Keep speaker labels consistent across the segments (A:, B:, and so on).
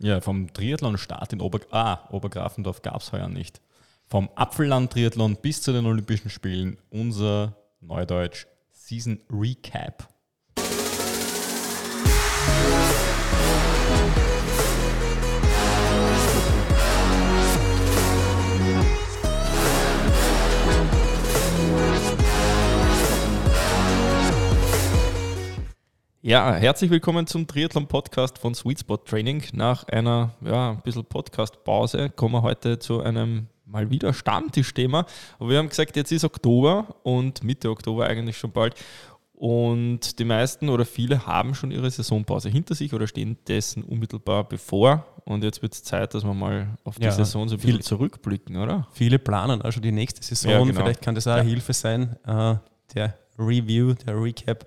A: Ja, vom Triathlon-Start in Ober ah, Obergrafendorf gab es heuer nicht. Vom Apfelland-Triathlon bis zu den Olympischen Spielen unser Neudeutsch Season Recap.
B: Ja, herzlich willkommen zum Triathlon-Podcast von Sweet Spot Training. Nach einer ja, ein bisschen Podcast-Pause kommen wir heute zu einem mal wieder Stammtischthema. Aber wir haben gesagt, jetzt ist Oktober und Mitte Oktober eigentlich schon bald. Und die meisten oder viele haben schon ihre Saisonpause hinter sich oder stehen dessen unmittelbar bevor. Und jetzt wird es Zeit, dass wir mal auf die
C: Ja,
B: Saison so ein
C: viel-
B: bisschen zurückblicken, oder?
C: Viele planen also die nächste Saison.
B: Ja, genau.
C: Vielleicht kann das auch eine Hilfe sein, äh, der Review, der Recap,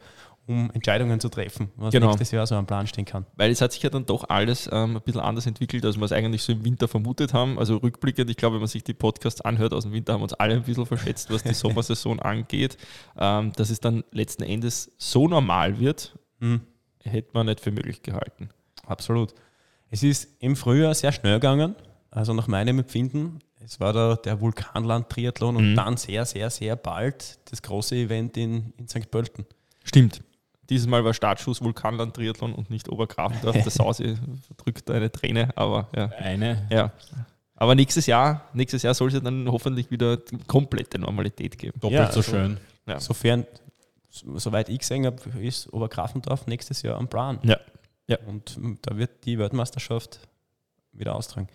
C: um Entscheidungen zu treffen, was
B: Genau.
C: nächstes Jahr so am Plan stehen kann.
B: Weil es hat sich ja dann doch alles ähm, ein bisschen anders entwickelt, als wir es eigentlich so im Winter vermutet haben. Also rückblickend, ich glaube, wenn man sich die Podcasts anhört aus dem Winter, haben wir uns alle ein bisschen verschätzt, was die Sommersaison angeht. Ähm, dass es dann letzten Endes so normal wird, hätte man nicht für möglich gehalten.
C: Hm. Absolut. Es ist im Frühjahr sehr schnell gegangen, also nach meinem Empfinden. Es war der, der Vulkanland-Triathlon und
B: Mhm.
C: dann sehr, sehr, sehr bald das große Event in, in St. Pölten.
B: Stimmt. Dieses Mal war Startschuss Vulkanland Triathlon und nicht Obergrafendorf. Der Sausi verdrückt eine Träne, aber ja.
A: Eine
B: ja. Aber nächstes Jahr, nächstes Jahr soll es ja dann hoffentlich wieder komplette Normalität geben.
A: doppelt
C: Ja,
A: so
C: also-
A: schön.
B: Ja.
C: Sofern, so- soweit ich gesehen habe, ist Obergrafendorf nächstes Jahr am Plan.
B: Ja. Ja.
C: Und mm, da wird die Weltmeisterschaft wieder austragen.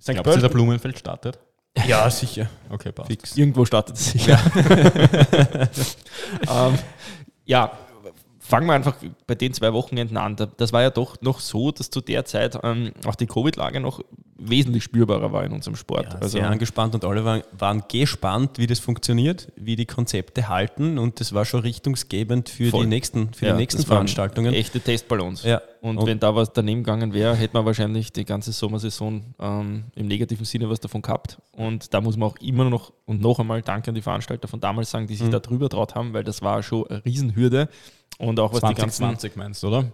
A: St. Glaubst du, der Blumenfeld startet?
C: Ja, sicher.
A: Okay, passt.
C: Fix.
B: Irgendwo startet es sicher. ähm, ja, fangen wir einfach bei den zwei Wochenenden an. Da- Das war ja doch noch so, dass zu der Zeit ähm, auch die Covid-Lage noch wesentlich spürbarer war in unserem Sport.
C: Ja,
B: also,
C: sehr angespannt und alle waren, waren gespannt, wie das funktioniert, wie die Konzepte halten und das war schon richtungsgebend für
B: Voll.
C: die nächsten, für
B: ja,
C: die nächsten
B: das waren
C: Veranstaltungen.
B: Echte Testballons.
C: Ja.
B: Und,
C: Und-
B: wenn da was daneben gegangen wäre, hätte man wahrscheinlich die ganze Sommersaison ähm, im negativen Sinne was davon gehabt. Und da muss man auch immer noch und noch einmal Danke an die Veranstalter von damals sagen, die sich
C: Mhm.
B: da drüber traut haben, weil das war schon eine Riesenhürde. Und auch was die ganzen
A: 2020 meinst du, oder?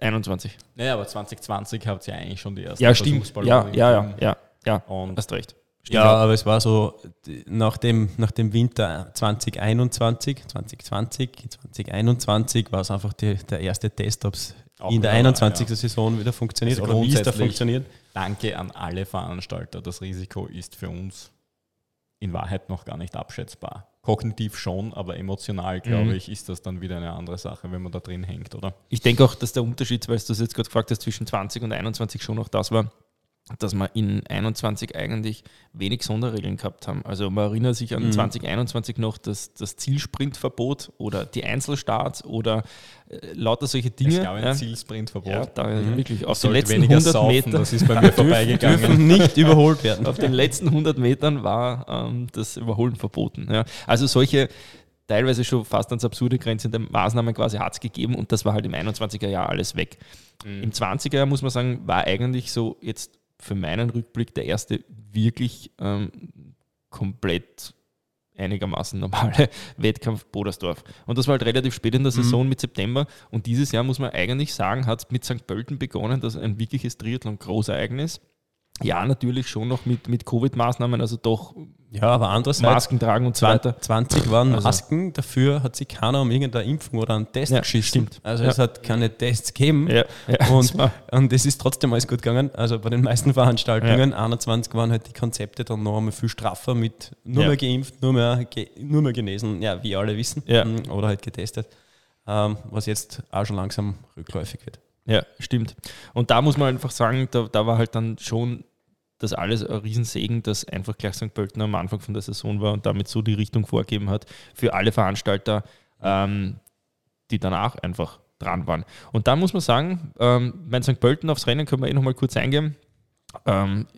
B: 21.
A: Naja, aber 2020 habt ihr ja eigentlich schon die ersten
B: Ja, stimmt.
A: Versuchsballone
B: Ja, ja, ja,
A: gegeben.
B: ja, ja.
A: Und
B: Hast recht.
C: Ja, aber es war so die- nach dem, nach dem Winter 2021, 2020, 2021 war es einfach die, der erste Test, ob es
A: Auch
C: in der
A: wieder,
C: 21.
A: ja.
C: Saison wieder funktioniert
A: Also
C: oder wie es da
A: grundsätzlich-
C: funktioniert.
A: danke an alle Veranstalter. Das Risiko ist für uns in Wahrheit noch gar nicht abschätzbar. Kognitiv schon, aber emotional,
B: Mhm.
A: glaube ich, ist das dann wieder eine andere Sache, wenn man da drin hängt, oder?
B: Ich denke auch, dass der Unterschied, weil du es jetzt gerade gefragt hast, zwischen 20 und 21 schon auch das war, dass wir in 21 eigentlich wenig Sonderregeln gehabt haben. Also man erinnert sich an 2021 noch das, das Zielsprintverbot oder die Einzelstarts oder äh, lauter solche Dinge.
A: Es gab ein
B: ja.
A: Zielsprintverbot.
B: Ja, da wirklich auf
A: Ich
B: den
A: sollte
B: letzten
A: weniger
B: 100
A: saufen,
B: Metern.
A: das ist bei mir vorbeigegangen.
C: Dürfen nicht überholt werden.
B: Auf den letzten 100 Metern war ähm, das Überholen verboten. Ja. Also solche teilweise schon fast ans absurde grenzende Maßnahmen quasi hat es gegeben und das war halt im 21er Jahr alles weg.
C: Mhm.
B: Im 20er Jahr muss man sagen, war eigentlich so jetzt für meinen Rückblick der erste wirklich ähm, komplett einigermaßen normale Wettkampf Bodersdorf. Und das war halt relativ spät in der Saison mit September. Und dieses Jahr muss man eigentlich sagen, hat mit St. Pölten begonnen, dass ein wirkliches Triathlon-Großereignis. Ja, natürlich schon noch mit, mit Covid-Maßnahmen, also doch
C: Ja, aber andererseits,
B: Masken tragen und so weiter.
C: 20 waren
B: Also-
C: Masken, dafür hat sich keiner um irgendeine Impfung oder einen Test
B: Ja,
C: geschissen.
B: stimmt.
C: Also
B: Ja.
C: es hat keine Tests gegeben.
B: Ja, ja.
C: Und, und es ist trotzdem alles gut gegangen. Also bei den meisten Veranstaltungen, 21 waren halt die Konzepte dann noch einmal viel straffer mit nur
B: Ja.
C: mehr geimpft, nur mehr, ge nur mehr genesen, ja, wie alle wissen,
B: Ja.
C: Mm, oder halt getestet, ähm, was jetzt auch schon langsam rückläufig wird.
B: Ja, stimmt. Und da muss man einfach sagen, da, da war halt dann schon das alles ein Riesensegen, dass einfach gleich St. Pölten am Anfang von der Saison war und damit so die Richtung vorgegeben hat für alle Veranstalter, ähm, die danach einfach dran waren. Und da muss man sagen, ähm, mein St. Pölten aufs Rennen können wir eh nochmal kurz eingehen. Ähm,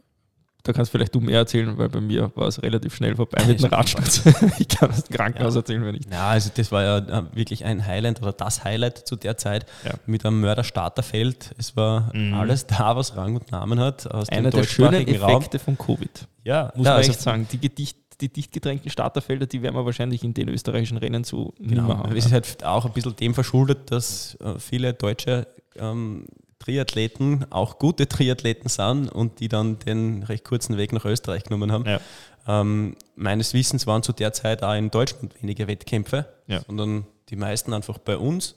B: da kannst vielleicht du mehr erzählen, weil bei mir war es relativ schnell vorbei mit dem Radsturz. ich kann aus dem Krankenhaus erzählen, wenn ich.
C: Ja, also das war ja äh, wirklich ein Highlight oder das Highlight zu der Zeit
B: Ja.
C: mit einem Mörderstarterfeld. Es war alles da, was Rang und Namen hat aus
B: Einer
C: dem
B: der schönen
C: deutschsprachigen Raum.
B: Effekte von Covid.
C: Ja,
B: Muss
C: ja,
B: man
C: also
B: echt sagen, die, gedicht, die dicht gedrängten Starterfelder, die werden wir wahrscheinlich in den österreichischen Rennen so nimmer
C: Genau.
B: haben.
C: Es ist halt auch ein bisschen dem verschuldet, dass äh, viele deutsche ähm, Triathleten auch gute Triathleten sind und die dann den recht kurzen Weg nach Österreich genommen haben.
B: Ja.
C: Ähm, meines Wissens waren zu der Zeit auch in Deutschland weniger Wettkämpfe,
B: Ja.
C: sondern die meisten einfach bei uns.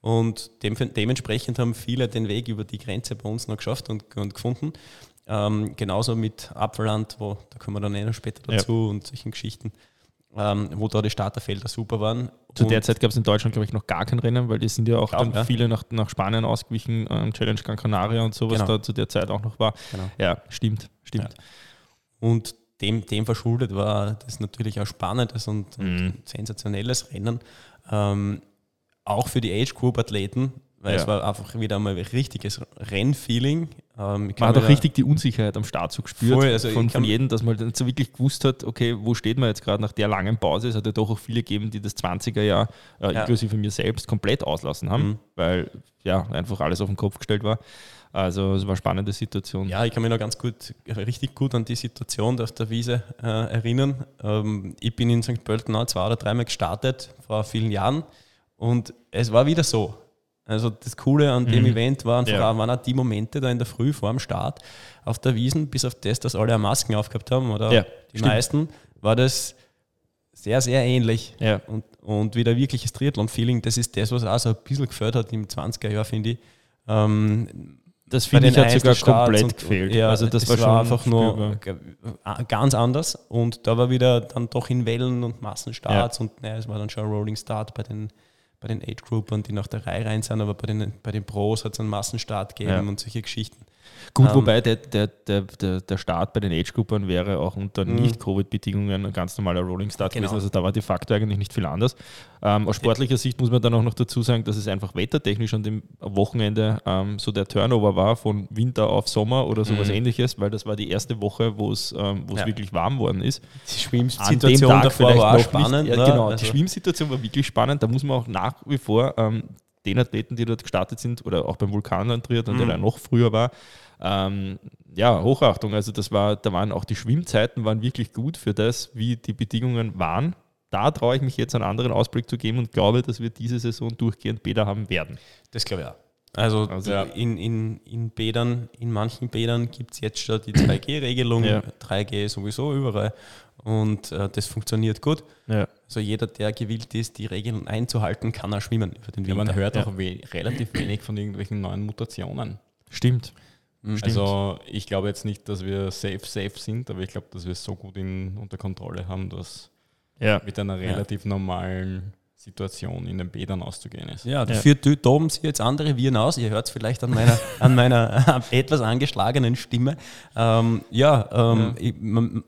C: Und dem, dementsprechend haben viele den Weg über die Grenze bei uns noch geschafft und, und gefunden. Ähm, genauso mit Apfelland, wo, da kommen wir dann eh noch später
B: Ja.
C: dazu und solchen Geschichten, ähm, wo da die Starterfelder super waren.
B: Zu
C: und
B: der Zeit gab es in Deutschland, glaube ich, noch gar kein Rennen, weil die sind ja auch
C: Glaub,
B: dann
C: ja.
B: viele nach, nach Spanien ausgewichen, ähm, Challenge Gran Canaria und sowas
C: Genau.
B: da zu der Zeit auch noch war.
C: Genau.
B: Ja, stimmt, stimmt.
C: Und dem, dem verschuldet war das natürlich auch spannendes und,
B: Mhm.
C: und sensationelles Rennen. Ähm, auch für die Age Group Athleten, weil
B: Ja.
C: es war einfach wieder einmal ein richtiges Rennfeeling. Ähm, ich
B: Man
C: kann
B: hat
C: mich
B: auch
C: da-
B: richtig die Unsicherheit am Start so gespürt
C: Voll, also ich
B: von, von
C: kann-
B: jedem, dass man dann so wirklich gewusst hat, okay, wo steht man jetzt gerade nach der langen Pause. Es hat ja doch auch viele gegeben, die das 20er Jahr, äh,
C: Ja.
B: inklusive mir selbst, komplett auslassen haben,
C: Mhm.
B: weil ja einfach alles auf den Kopf gestellt war. Also es war eine spannende Situation.
C: Ja, ich kann mich noch ganz gut, richtig gut an die Situation auf der Wiese äh, erinnern. Ähm, ich bin in St. Pölten auch zwei oder dreimal gestartet vor vielen Jahren und es war wieder so. Also das Coole an dem
B: Mhm.
C: Event waren,
B: Ja.
C: ja. waren auch die Momente da in der Früh vor dem Start auf der Wiesen, bis auf das, dass alle auch Masken aufgehabt haben oder
B: Ja,
C: die
B: stimmt.
C: meisten, war das sehr, sehr ähnlich.
B: Ja.
C: Und, und wieder wirkliches Triathlon-Feeling, das ist das, was auch so ein bisschen gefördert hat im 20er Jahr, finde ich. Ähm,
B: Das
C: bei
B: finde ich
C: den
B: hat sogar
C: Einzelstarts
B: komplett
C: und-
B: gefehlt.
C: Ja,
B: also das war schon
C: einfach nur
B: spürbar.
C: g- ganz anders und da war wieder dann doch in Wellen und Massenstarts und naja, es war dann schon ein Rolling Start bei den bei den Age Groupern, die nach der Reihe rein sind, aber bei den, bei den Pros hat es einen Massenstart gegeben
B: Ja.
C: und solche Geschichten.
B: Gut,
C: Ähm,
B: wobei der, der, der, der, der Start bei den Age-Gruppern wäre auch unter Nicht-Covid-Bedingungen ein ganz normaler Rolling-Start
C: Mhm. Genau.
B: gewesen. Also da war de facto eigentlich nicht viel anders. Ähm, aus sportlicher Sicht muss man dann auch noch dazu sagen, dass es einfach wettertechnisch an dem Wochenende ähm, so der Turnover war von Winter auf Sommer oder sowas ähnliches, weil das war die erste Woche, wo es ähm, wo es
C: Mhm. Ja.
B: wirklich warm worden ist.
C: Die
B: An dem
C: Schwimmsituation
B: Tag
C: davor
B: vielleicht
C: war auch
B: noch
C: spannend.
B: Nicht, ja,
C: ne?
B: genau,
C: Also-
B: die Schwimmsituation war wirklich spannend. Da muss man auch nach wie vor ähm, den Athleten, die dort gestartet sind, oder auch beim Vulkanland Triathlon, der da noch früher war, ähm, ja, Hochachtung. Also das war, da waren auch die Schwimmzeiten waren wirklich gut für das, wie die Bedingungen waren. Da traue ich mich jetzt einen anderen Ausblick zu geben und glaube, dass wir diese Saison durchgehend Bäder haben werden.
C: Das glaube ich auch. Also,
B: Also-
C: die- in, in, in Bädern, in manchen Bädern gibt es jetzt schon die 2G-Regelung,
B: Ja.
C: 3G sowieso überall und äh, das funktioniert gut.
B: Ja.
C: Also jeder, der gewillt ist, die Regeln einzuhalten, kann auch schwimmen über den
A: Ja,
C: Winter.
A: man hört auch we relativ wenig von irgendwelchen neuen Mutationen.
B: Stimmt.
A: Also ich glaube jetzt nicht, dass wir safe, safe sind, aber ich glaube, dass wir es so gut in, unter Kontrolle haben, dass
B: Ja.
A: mit einer relativ normalen Situation in den Bädern auszugehen ist.
C: ja,
B: Ja.
C: dafür ja. toben sie jetzt andere Viren aus. Ihr hört es vielleicht an meiner, an meiner äh, etwas angeschlagenen Stimme. Ähm, ja, ähm, Ich, m-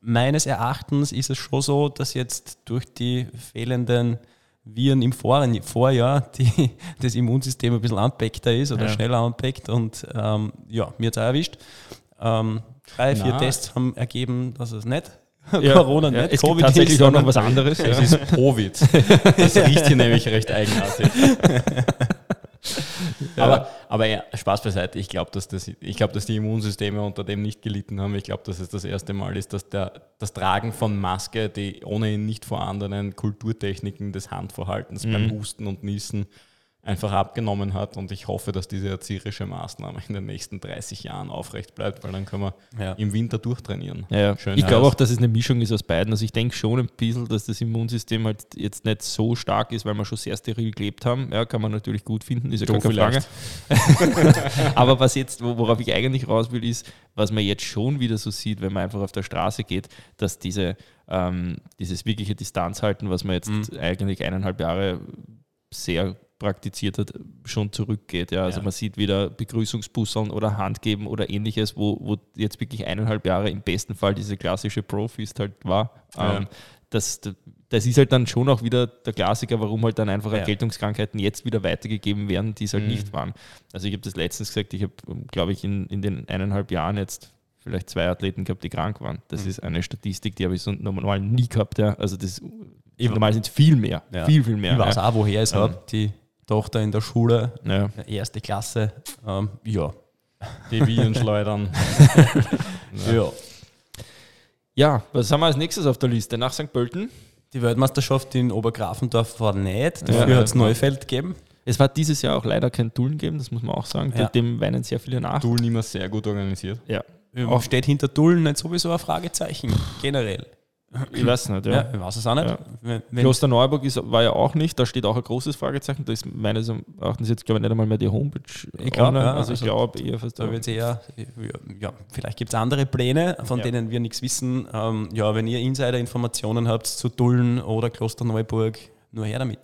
C: meines Erachtens ist es schon so, dass jetzt durch die fehlenden Viren im Vor Vorjahr die, das Immunsystem ein bisschen anpackter ist oder
B: Ja.
C: schneller anpackt und ähm, ja, mir hat auch erwischt. Ähm, drei, vier
A: Na.
C: Tests haben ergeben, dass es nicht
B: Ja.
C: Corona
B: ja.
C: nicht
B: Es gibt
C: Covid
B: tatsächlich
C: ist,
B: auch noch
C: sondern-
B: was anderes.
A: Es
B: Ja.
A: ist Covid. Das riecht hier nämlich recht eigenartig. Aber, aber ja, Spaß beiseite, ich glaube, dass, das, ich glaub, dass die Immunsysteme unter dem nicht gelitten haben. Ich glaube, dass es das erste Mal ist, dass der, das Tragen von Maske, die ohnehin nicht vorhandenen Kulturtechniken des Handverhaltens
B: Mhm.
A: beim Husten und Niesen einfach abgenommen hat. Und ich hoffe, dass diese erzieherische Maßnahme in den nächsten 30 Jahren aufrecht bleibt, weil dann können wir
C: Ja.
A: im Winter durchtrainieren.
B: Ja, ja.
A: Schön
B: ich glaube
A: heiß.
B: auch, dass es eine Mischung ist aus beiden. Also ich denke schon ein bisschen, dass das Immunsystem halt jetzt nicht so stark ist, weil wir schon sehr steril gelebt haben. Ja, kann man natürlich gut finden, ist ja
A: Du
B: gar keine Frage.
A: vielleicht.
B: Aber was jetzt, wo- worauf ich eigentlich raus will, ist, was man jetzt schon wieder so sieht, wenn man einfach auf der Straße geht, dass diese, ähm, dieses wirkliche Distanzhalten, was man jetzt
C: Mhm.
B: eigentlich eineinhalb Jahre sehr praktiziert hat, schon zurückgeht. Ja. Also
C: Ja.
B: man sieht wieder Begrüßungspusseln oder Handgeben oder ähnliches, wo, wo jetzt wirklich eineinhalb Jahre im besten Fall diese klassische Profist halt war.
A: Ja.
B: Ähm, das, das ist halt dann schon auch wieder der Klassiker, warum halt dann einfach
C: Ja.
B: Erkältungskrankheiten jetzt wieder weitergegeben werden, die es halt nicht waren. Also ich habe das letztens gesagt, ich habe, glaube ich, in, in den eineinhalb Jahren jetzt vielleicht zwei Athleten gehabt, die krank waren. Das ist eine Statistik, die habe ich so normal nie gehabt. Ja. Also das normal sind es viel mehr.
C: Ja.
B: Viel, viel mehr.
C: Ich weiß
B: ja.
C: auch, woher ich es habe. Die Tochter in der Schule,
B: Ja.
C: erste Klasse. Ähm, ja.
A: Die Viren schleudern.
C: ja.
B: ja, was haben wir als nächstes auf der Liste? Nach St. Pölten?
C: Die Weltmeisterschaft in Obergrafendorf war nicht. Dafür
B: Ja.
C: hat es Neufeld gegeben.
B: Es war dieses Jahr auch leider kein Dullen geben, das muss man auch sagen.
C: Ja.
B: Dem weinen sehr viele nach.
A: Dullen immer sehr gut organisiert.
B: Ja.
C: Auch Ähm, steht hinter Dullen nicht sowieso ein Fragezeichen, generell.
B: Ich weiß nicht, ja.
C: Ja, ich weiß es auch nicht.
B: Ja.
C: Wenn, wenn
B: Klosterneuburg ist, war ja auch nicht, da steht auch ein großes Fragezeichen. Da ist meines Erachtens jetzt, glaube ich, nicht einmal mehr die Homepage.
C: Ich glaub,
B: online.
C: ja,
B: also ich
C: also
B: glaube eher fast.
C: Da wird's eher, ja, vielleicht gibt es andere Pläne, von
B: Ja.
C: denen wir nichts wissen. Ähm, ja, wenn ihr Insider-Informationen habt zu Dullen oder Klosterneuburg, nur her damit.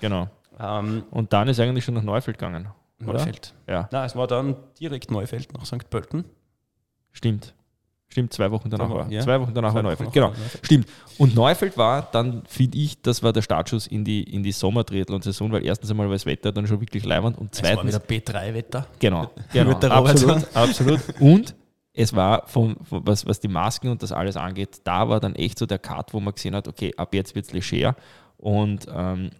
B: Genau.
C: Ähm,
B: Und dann ist eigentlich schon nach Neufeld gegangen. Oder?
C: Neufeld.
B: Ja,
C: Na, es war dann direkt Neufeld nach St. Pölten.
B: stimmt. Stimmt, zwei Wochen danach
C: Zwei Wochen,
B: war.
C: ja.
B: Zwei Wochen danach war
C: Zwei
B: Neufeld.
C: Wochen
B: Genau.
C: nach Neufeld.
B: Stimmt. Und Neufeld war dann, finde ich, das war der Startschuss in die, in die Sommertriathlon-Saison, weil erstens einmal war das Wetter dann schon wirklich leibend und
C: Es war
B: zweitens
C: wieder B3-Wetter.
B: Genau, genau.
C: Mit der
B: absolut, absolut. Und es war, vom, vom, was, was die Masken und das alles angeht, da war dann echt so der Cut, wo man gesehen hat, okay, ab jetzt wird es leger. Und ähm,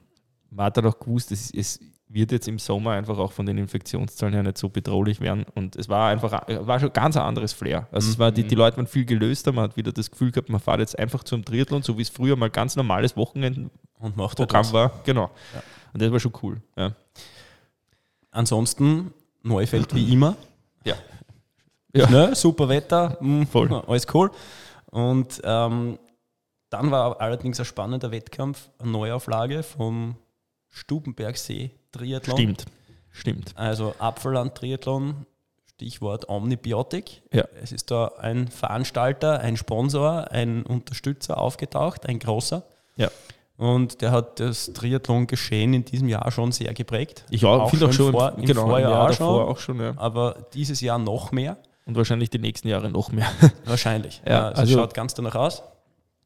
B: man hat dann auch gewusst, es, es wird jetzt im Sommer einfach auch von den Infektionszahlen her nicht so bedrohlich werden. Und es war einfach, war schon ganz ein anderes Flair. Also es war,
C: Mhm.
B: die, die Leute waren viel gelöster, man hat wieder das Gefühl gehabt, man fährt jetzt einfach zum Triathlon, so wie es früher mal ganz normales Wochenendenprogramm
C: Und macht halt was.
B: war. Genau. Und das war schon cool. Ja.
C: Ansonsten Neufeld wie immer.
B: Ja. Ja.
C: Ja. super Wetter, mm,
B: Voll.
C: alles cool. Und ähm, dann war allerdings ein spannender Wettkampf, eine Neuauflage vom Stubenbergsee Triathlon.
B: Stimmt. Stimmt.
C: Also Apfelland-Triathlon, Stichwort Omnibiotik.
B: Ja.
C: Es ist da ein Veranstalter, ein Sponsor, ein Unterstützer aufgetaucht, ein großer.
B: Ja.
C: Und der hat das Triathlon-Geschehen in diesem Jahr schon sehr geprägt.
B: Ich auch, finde auch schon,
C: vor,
B: im,
C: im
B: genau,
C: Vorjahr
B: im Jahr
C: auch
B: davor
C: schon.
B: auch schon, ja.
C: Aber dieses Jahr noch mehr,
B: Und wahrscheinlich die nächsten Jahre noch mehr.
C: wahrscheinlich.
B: Ja,
C: also
B: also-
C: schaut ganz danach aus.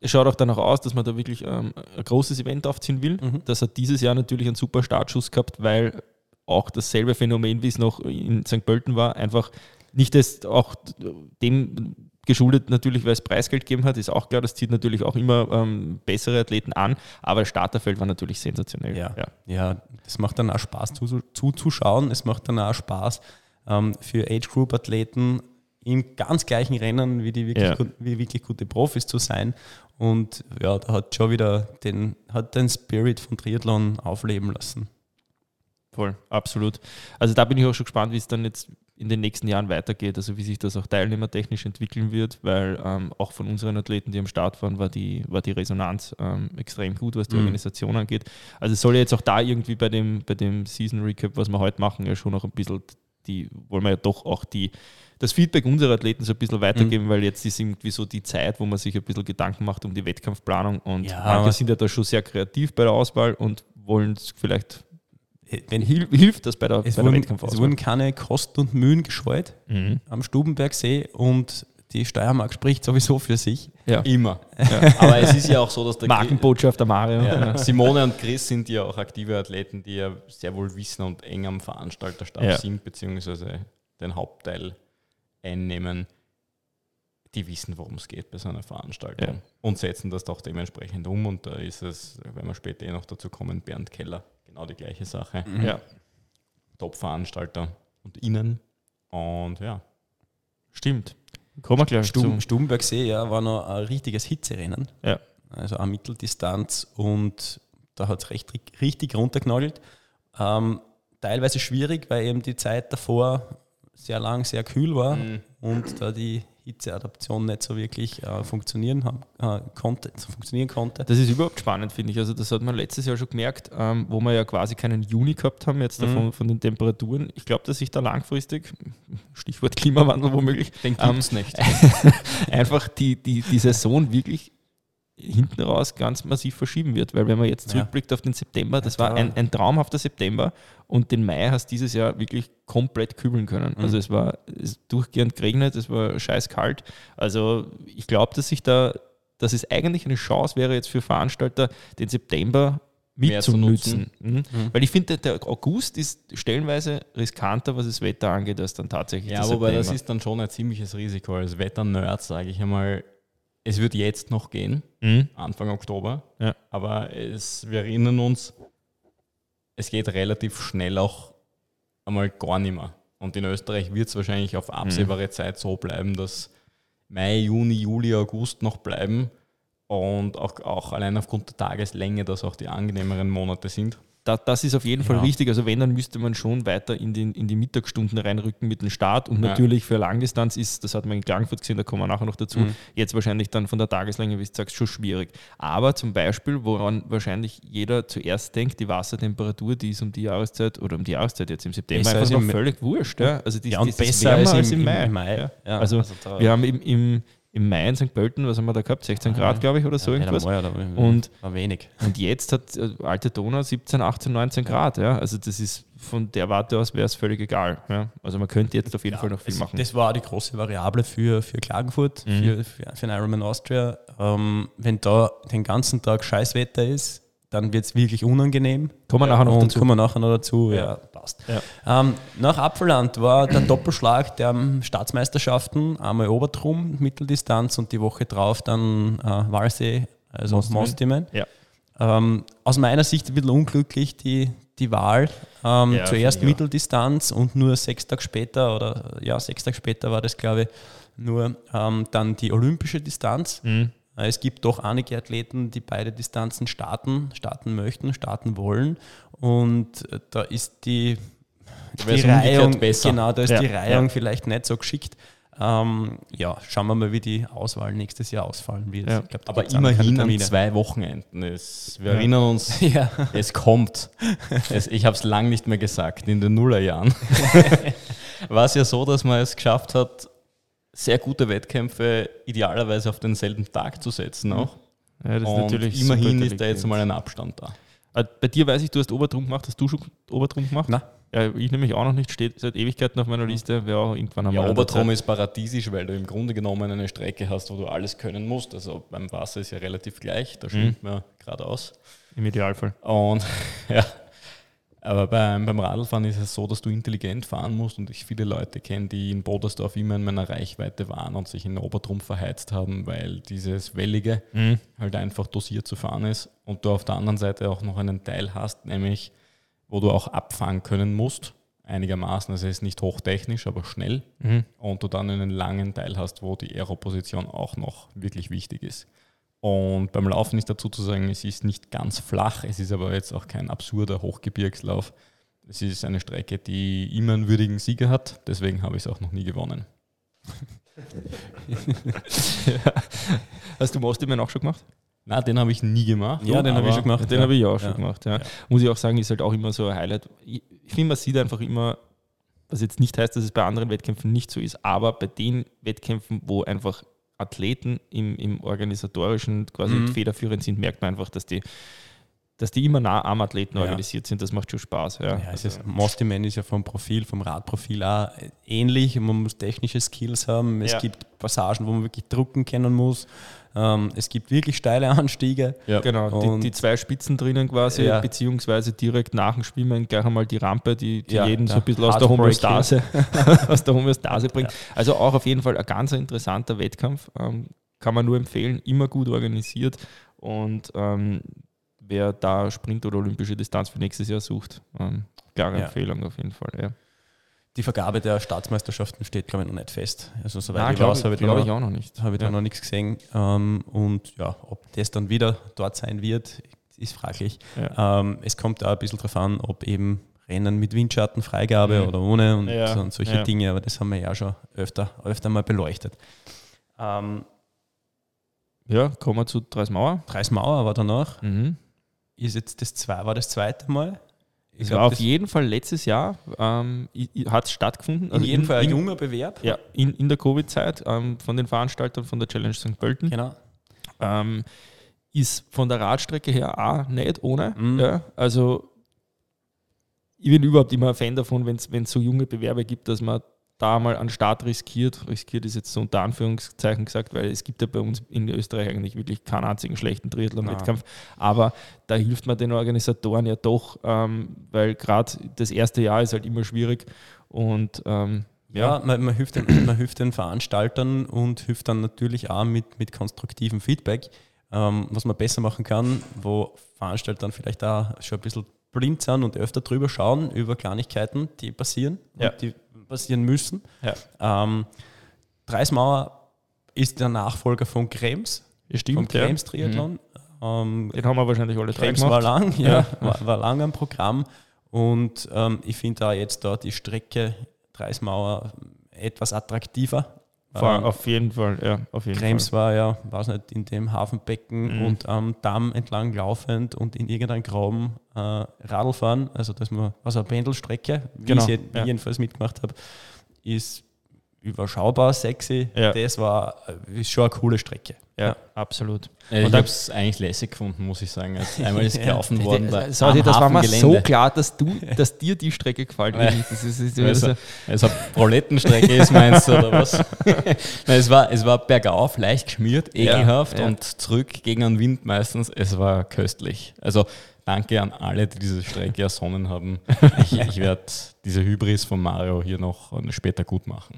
B: Es schaut auch danach aus, dass man da wirklich ähm, ein großes Event aufziehen will. Das hat dieses Jahr natürlich einen super Startschuss gehabt, weil auch dasselbe Phänomen, wie es noch in St. Pölten war, einfach nicht das auch dem geschuldet natürlich, weil es Preisgeld gegeben hat, ist auch klar, das zieht natürlich auch immer ähm, bessere Athleten an, aber das Starterfeld war natürlich sensationell.
C: Ja. ja. das macht dann auch Spaß zu- zuzuschauen. es macht dann auch Spaß ähm, für Age Group Athleten im ganz gleichen Rennen wie die wirklich,
B: Ja.
C: gut, wie wirklich gute Profis zu sein. Und ja, da hat schon wieder den, hat den Spirit von Triathlon aufleben lassen.
B: Voll, absolut. Also da bin ich auch schon gespannt, wie es dann jetzt in den nächsten Jahren weitergeht, also wie sich das auch teilnehmertechnisch entwickeln wird, weil ähm, auch von unseren Athleten, die am Start waren, war die, war die Resonanz ähm, extrem gut, was die
C: Mhm.
B: Organisation angeht. Also es soll ja jetzt auch da irgendwie bei dem, bei dem Season Recap, was wir heute machen, ja schon auch ein bisschen die, wollen wir ja doch auch die, das Feedback unserer Athleten so ein bisschen
C: Mhm.
B: weitergeben, weil jetzt ist irgendwie so die Zeit, wo man sich ein bisschen Gedanken macht um die Wettkampfplanung und
C: Ja,
B: manche
C: aber-
B: sind ja da schon sehr kreativ bei der Auswahl und wollen es vielleicht
C: Äh, Wenn
B: Hil hilft das bei der,
C: es,
B: bei der
C: wurden,
B: Wettkampfauswahl?
C: es wurden keine Kosten und Mühen gescheut
B: Mhm.
C: am Stubenbergsee und die Steiermark spricht sowieso für sich.
B: ja.
A: Immer. Aber es ist ja auch so, dass der Kri-
B: Markenbotschafter Mario.
A: Ja. Simone und Chris sind ja auch aktive Athleten, die ja sehr wohl wissen und eng am Veranstalterstab
B: Ja.
A: sind, beziehungsweise den Hauptteil einnehmen. Die wissen, worum es geht bei so einer Veranstaltung
B: Ja.
A: und setzen das doch dementsprechend um. Und da ist es, wenn wir später eh noch dazu kommen, Bernd Keller, genau die gleiche Sache.
B: Ja,
A: Top-Veranstalter und innen. Und ja,
B: stimmt. Kommen wir gleich
C: Stuben,
B: zu.
C: Stubenbergsee ja, war noch ein richtiges Hitzerennen.
B: Ja.
C: Also eine Mitteldistanz und da hat es recht, richtig runtergenagelt. Ähm, teilweise schwierig, weil eben die Zeit davor sehr lang, sehr kühl war
B: Mhm.
C: und da die Hitzeadaption nicht so wirklich äh, funktionieren, haben, äh, konnte, funktionieren konnte.
B: Das ist überhaupt spannend, finde ich. Also das hat man letztes Jahr schon gemerkt, ähm, wo wir ja quasi keinen Juni gehabt haben, jetzt davon von den Temperaturen. Ich glaube, dass sich da langfristig, Stichwort Klimawandel womöglich,
A: den
B: Ähm,
A: gibt's nicht.
B: einfach die, die, die Saison wirklich hinten raus ganz massiv verschieben wird. Weil wenn man jetzt
C: Ja.
B: zurückblickt auf den September, das
C: Ja,
B: war ein,
C: klar.
B: ein traumhafter September und den Mai hast dieses Jahr wirklich komplett kübeln können. Also es war es durchgehend geregnet, es war scheiß kalt. Also ich glaube, dass sich da, dass es eigentlich eine Chance wäre jetzt für Veranstalter, den September
A: Mehr zu
B: mitzunutzen. Mhm. Weil ich finde, der August ist stellenweise riskanter, was das Wetter angeht, als dann tatsächlich
A: Ja,
B: der
A: wobei
B: September.
A: das ist dann schon ein ziemliches Risiko. Als Wetternerd sage ich einmal, es wird jetzt noch gehen,
B: Mhm.
A: Anfang Oktober.
B: Ja.
A: Aber es, wir erinnern uns, es geht relativ schnell auch einmal gar nicht mehr. Und in Österreich wird es wahrscheinlich auf absehbare Zeit so bleiben, dass Mai, Juni, Juli, August noch bleiben. Und auch, auch allein aufgrund der Tageslänge, dass auch die angenehmeren Monate sind.
B: da, das ist auf jeden Fall
C: Genau.
A: Ja.
B: richtig. Also wenn, dann müsste man schon weiter in, den, in die Mittagsstunden reinrücken mit dem Start. Und
A: Ja.
B: natürlich für Langdistanz ist, das hat man in Klagenfurt gesehen, da kommen wir nachher noch dazu,
C: Mhm.
B: jetzt wahrscheinlich dann von der Tageslänge, wie du sagst, schon schwierig. Aber zum Beispiel, woran wahrscheinlich jeder zuerst denkt, die Wassertemperatur, die ist um die Jahreszeit oder um die Jahreszeit jetzt im September
C: Besser als
B: einfach noch
C: im-
B: völlig wurscht. Ja, also die,
C: Ja,
B: die
C: und
B: ist das
C: besser
B: wärmer
C: als im- im-
B: Mai.
C: im Mai.
B: Ja.
C: Ja,
B: also
C: also da- Ah.
B: wir haben im, im, im Mai in St. Pölten, was haben wir da gehabt? 16 Grad, glaube ich, oder so irgendwas. Und-
C: Und war wenig.
B: Und jetzt hat äh, alte Donau 17, 18, 19 Grad. Ja? Also das ist von der Warte aus wäre es völlig egal. Ja? Also man könnte jetzt auf jeden Fall noch viel
C: Es-
B: machen. Mhm.
C: Das war die große Variable für, für Klagenfurt, für, für, für den Ironman Austria. Ähm, wenn da den ganzen Tag Scheißwetter ist, dann wird es wirklich unangenehm.
B: Kommen wir nachher noch
C: und
B: dazu.
C: kommen wir nachher noch dazu. Ja,
B: Ja.
C: passt.
B: Ja.
C: Ähm, nach Apfelland war der Doppelschlag der ähm, Staatsmeisterschaften, einmal Obertrum, Mitteldistanz und die Woche drauf dann äh, Walsee, also Mostimen.
B: Ja.
C: Ähm, aus meiner Sicht ein bisschen unglücklich die, die Wahl. Ähm,
B: Ja,
C: zuerst
B: finde ich auch.
C: Mitteldistanz und nur sechs Tage später, oder ja, sechs Tage später war das, glaube ich, nur ähm, dann die olympische Distanz.
B: Mhm.
C: Äh, Es gibt doch einige Athleten, die beide Distanzen starten, starten möchten, starten wollen. Und äh, da ist die,
A: wär's
C: die
A: umgekehrt
C: Reihung
A: besser.
C: Genau, da ist
B: Ja,
C: die
B: ja.
C: Reihung vielleicht nicht so geschickt. Ähm, ja, schauen wir mal, wie die Auswahl nächstes Jahr ausfallen wird.
B: Ja.
C: Ich glaub, da
A: Aber
C: gibt's auch noch keine
A: immerhin an
C: Termine.
A: zwei Wochenenden. Es, wir erinnern uns,
C: Ja.
A: es kommt. Es, ich habe es lang nicht mehr gesagt, in den Nullerjahren. War es ja so, dass man es geschafft hat, sehr gute Wettkämpfe idealerweise auf denselben Tag zu setzen auch.
B: Ja, das ist
A: Und
B: natürlich
A: immerhin
B: super
A: ist da jetzt
B: delikate.
A: mal ein Abstand da.
B: Äh, Bei dir weiß ich, du hast Obertrum gemacht. Hast du schon Obertrum gemacht?
C: Nein.
B: Ja, ich nämlich auch noch nicht. Steht seit Ewigkeiten auf meiner Liste. Wäre auch irgendwann
A: Mhm. Ja,
B: einmal an der
A: Obertrum
B: Zeit.
A: ist paradiesisch, weil du im Grunde genommen eine Strecke hast, wo du alles können musst. Also beim Wasser ist ja relativ gleich, da
C: Mhm.
A: schwimmt man geradeaus.
B: im Idealfall.
A: Und ja, aber beim, beim Radlfahren ist es so, dass du intelligent fahren musst und ich viele Leute kenne, die in Bodersdorf immer in meiner Reichweite waren und sich in Obertrum verheizt haben, weil dieses Wellige halt einfach dosiert zu fahren ist und du auf der anderen Seite auch noch einen Teil hast, nämlich wo du auch abfahren können musst, einigermaßen. Also es ist nicht hochtechnisch, aber schnell und du dann einen langen Teil hast, wo die Aeroposition auch noch wirklich wichtig ist. Und beim Laufen ist dazu zu sagen, es ist nicht ganz flach, es ist aber jetzt auch kein absurder Hochgebirgslauf. Es ist eine Strecke, die immer einen würdigen Sieger hat, deswegen habe ich es auch noch nie gewonnen.
B: Hast du Mostimen auch schon gemacht?
A: Na, den habe ich nie gemacht.
C: Ja, den habe ich
A: aber
C: schon gemacht.
B: Den
C: ja.
B: habe ich auch schon
C: Ja.
B: gemacht. Ja. Muss ich auch sagen, ist halt auch immer so ein Highlight. Ich ich finde, man sieht einfach immer, was jetzt nicht heißt, dass es bei anderen Wettkämpfen nicht so ist, aber bei den Wettkämpfen, wo einfach Athleten im, im organisatorischen quasi
C: Mhm.
B: federführend sind, merkt man einfach, dass die, dass die immer nah am Athleten
C: Ja.
B: organisiert sind. Das macht schon Spaß. Ja.
C: Ja, es ist, Mosty Man ist ja vom Profil, vom Radprofil auch ähnlich. Man muss technische Skills haben. Es
B: Ja.
C: gibt Passagen, wo man wirklich drucken können muss. Ähm, es gibt wirklich steile Anstiege.
A: Ja.
B: Genau,
C: Und-
B: die, die zwei Spitzen drinnen quasi,
C: Ja.
B: beziehungsweise direkt nach dem Schwimmen gleich einmal die Rampe, die, die
C: Ja,
B: jeden so
C: ja.
B: ein bisschen aus der,
C: Heartbreak Hill.
B: Homöostase, aus der Homöostase bringt. Also auch auf jeden Fall ein ganz interessanter Wettkampf, ähm, kann man nur empfehlen, immer gut organisiert und ähm, wer da Sprint oder olympische Distanz für nächstes Jahr sucht, ähm, klare
C: Ja.
B: Empfehlung auf jeden Fall. Ja.
C: Die Vergabe der Staatsmeisterschaften steht, glaube ich, noch nicht fest. Also, soweit
B: Nein,
C: ich
B: glaub
C: weiß, habe ich, da
B: glaub
C: noch-
B: ich auch noch nicht.
C: habe ich da noch nichts gesehen. Ähm, und ja, ob das dann wieder dort sein wird, ist fraglich. Ähm, es kommt auch ein bisschen darauf an, ob eben Rennen mit Windschattenfreigabe
B: Mhm.
C: oder ohne und,
B: Ja,
C: und solche
B: ja.
C: Dinge, aber das haben wir ja schon öfter, öfter mal beleuchtet. Ähm,
B: Ja, kommen wir zu Dreismauer.
C: Dreismauer war danach.
B: Mhm.
C: Ist jetzt das zwei, war das zweite Mal? Ich
B: Es
C: glaub,
B: war auf
C: das-
B: jeden Fall letztes Jahr, ähm, hat es stattgefunden. Also
C: in jedem Fall ein
B: in,
C: junger Bewerb.
B: Ja, in, in der Covid-Zeit ähm, von den Veranstaltern von der Challenge St. Pölten.
C: Genau.
B: Ähm, ist von der Radstrecke her auch nicht ohne.
C: Mhm.
B: Ja, also ich bin überhaupt immer ein Fan davon, wenn es so junge Bewerber gibt, dass man da mal an Start riskiert. Riskiert ist jetzt so unter Anführungszeichen gesagt, weil es gibt ja bei uns in Österreich eigentlich wirklich keinen einzigen schlechten Triathlon-Wettkampf. Aber da hilft man den Organisatoren ja doch, ähm, weil gerade das erste Jahr ist halt immer schwierig. Und ähm,
C: Ja, man, man, hilft den, man hilft den Veranstaltern und hilft dann natürlich auch mit, mit konstruktivem Feedback, ähm, was man besser machen kann, wo Veranstalter dann vielleicht auch schon ein bisschen blind sind und öfter drüber schauen, über Kleinigkeiten, die passieren,
B: Ja.
C: und die passieren müssen.
B: ja,
C: Ähm, Dreismauer ist der Nachfolger von Krems, vom
B: stimmt. ja. Mhm.
C: Krems-Triathlon. Ähm,
B: Den haben wir wahrscheinlich alle drei
C: Krebs
B: gemacht.
C: war lang, ja,
B: Ja.
C: War, war lang am Programm. Und ähm, ich finde da jetzt da die Strecke Dreismauer etwas attraktiver.
B: Vor,
C: Ähm,
B: auf jeden Fall, ja. Auf jeden Fall.
C: Krems war ja, weiß nicht, in dem Hafenbecken
B: Mhm.
C: und am Damm entlang laufend und in irgendeinem Graben äh, Radl fahren, also dass man, also eine Pendelstrecke, wie
B: Genau,
C: ich sie
B: ja.
C: jedenfalls mitgemacht habe, ist überschaubar sexy.
B: Ja.
C: Das war äh, ist schon eine coole Strecke.
B: Ja, absolut.
A: Äh, ich
B: da-
A: habe es eigentlich lässig gefunden, muss ich sagen. Als einmal ist gelaufen worden. bei-
B: Das, das,
A: am
B: das war mir so
A: Hafengelände.
B: klar, dass, du, dass dir die Strecke gefällt.
A: Ja.
B: wirklich. Das ist, das ist,
A: Also,
B: das ist,
A: also Prolettenstrecke ist meinst du, oder was? Nein, es, war, es war bergauf, leicht geschmiert, ekelhaft
B: ja.
A: und zurück gegen den Wind meistens. Es war köstlich. Also danke an alle, die diese Strecke ersonnen haben. Ich, ich werde diese Hybris von Mario hier noch äh, später gut machen.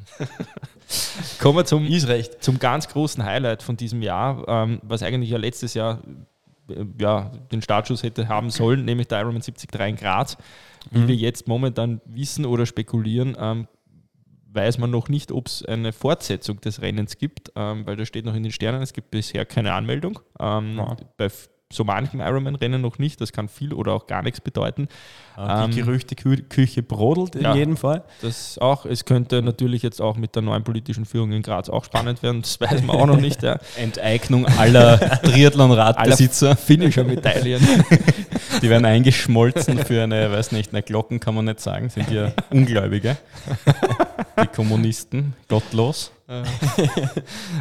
B: kommen wir zum,
C: Ist recht.
B: zum ganz großen Highlight von diesem Jahr, ähm, was eigentlich ja letztes Jahr äh, ja, den Startschuss hätte haben sollen, nämlich der Ironman 73 in Graz. Wie
C: Mhm.
B: wir jetzt momentan wissen oder spekulieren, ähm, weiß man noch nicht, ob es eine Fortsetzung des Rennens gibt, ähm, weil das steht noch in den Sternen. Es gibt bisher keine Anmeldung. Ähm,
C: Ja.
B: Bei f- so manchem Ironman-Rennen noch nicht. Das kann viel oder auch gar nichts bedeuten.
C: Äh, Die
B: Ähm,
C: Gerüchteküche brodelt
B: ja.
C: in jedem Fall.
B: Das auch, es könnte natürlich jetzt auch mit der neuen politischen Führung in Graz auch spannend werden, das weiß man auch noch nicht. Ja.
A: Enteignung aller Triathlon-Radbesitzer.
B: Finnischer Medaillen.
A: Die werden eingeschmolzen für eine, weiß nicht, eine Glocken kann man nicht sagen, sind ja Ungläubige. Die Kommunisten, gottlos.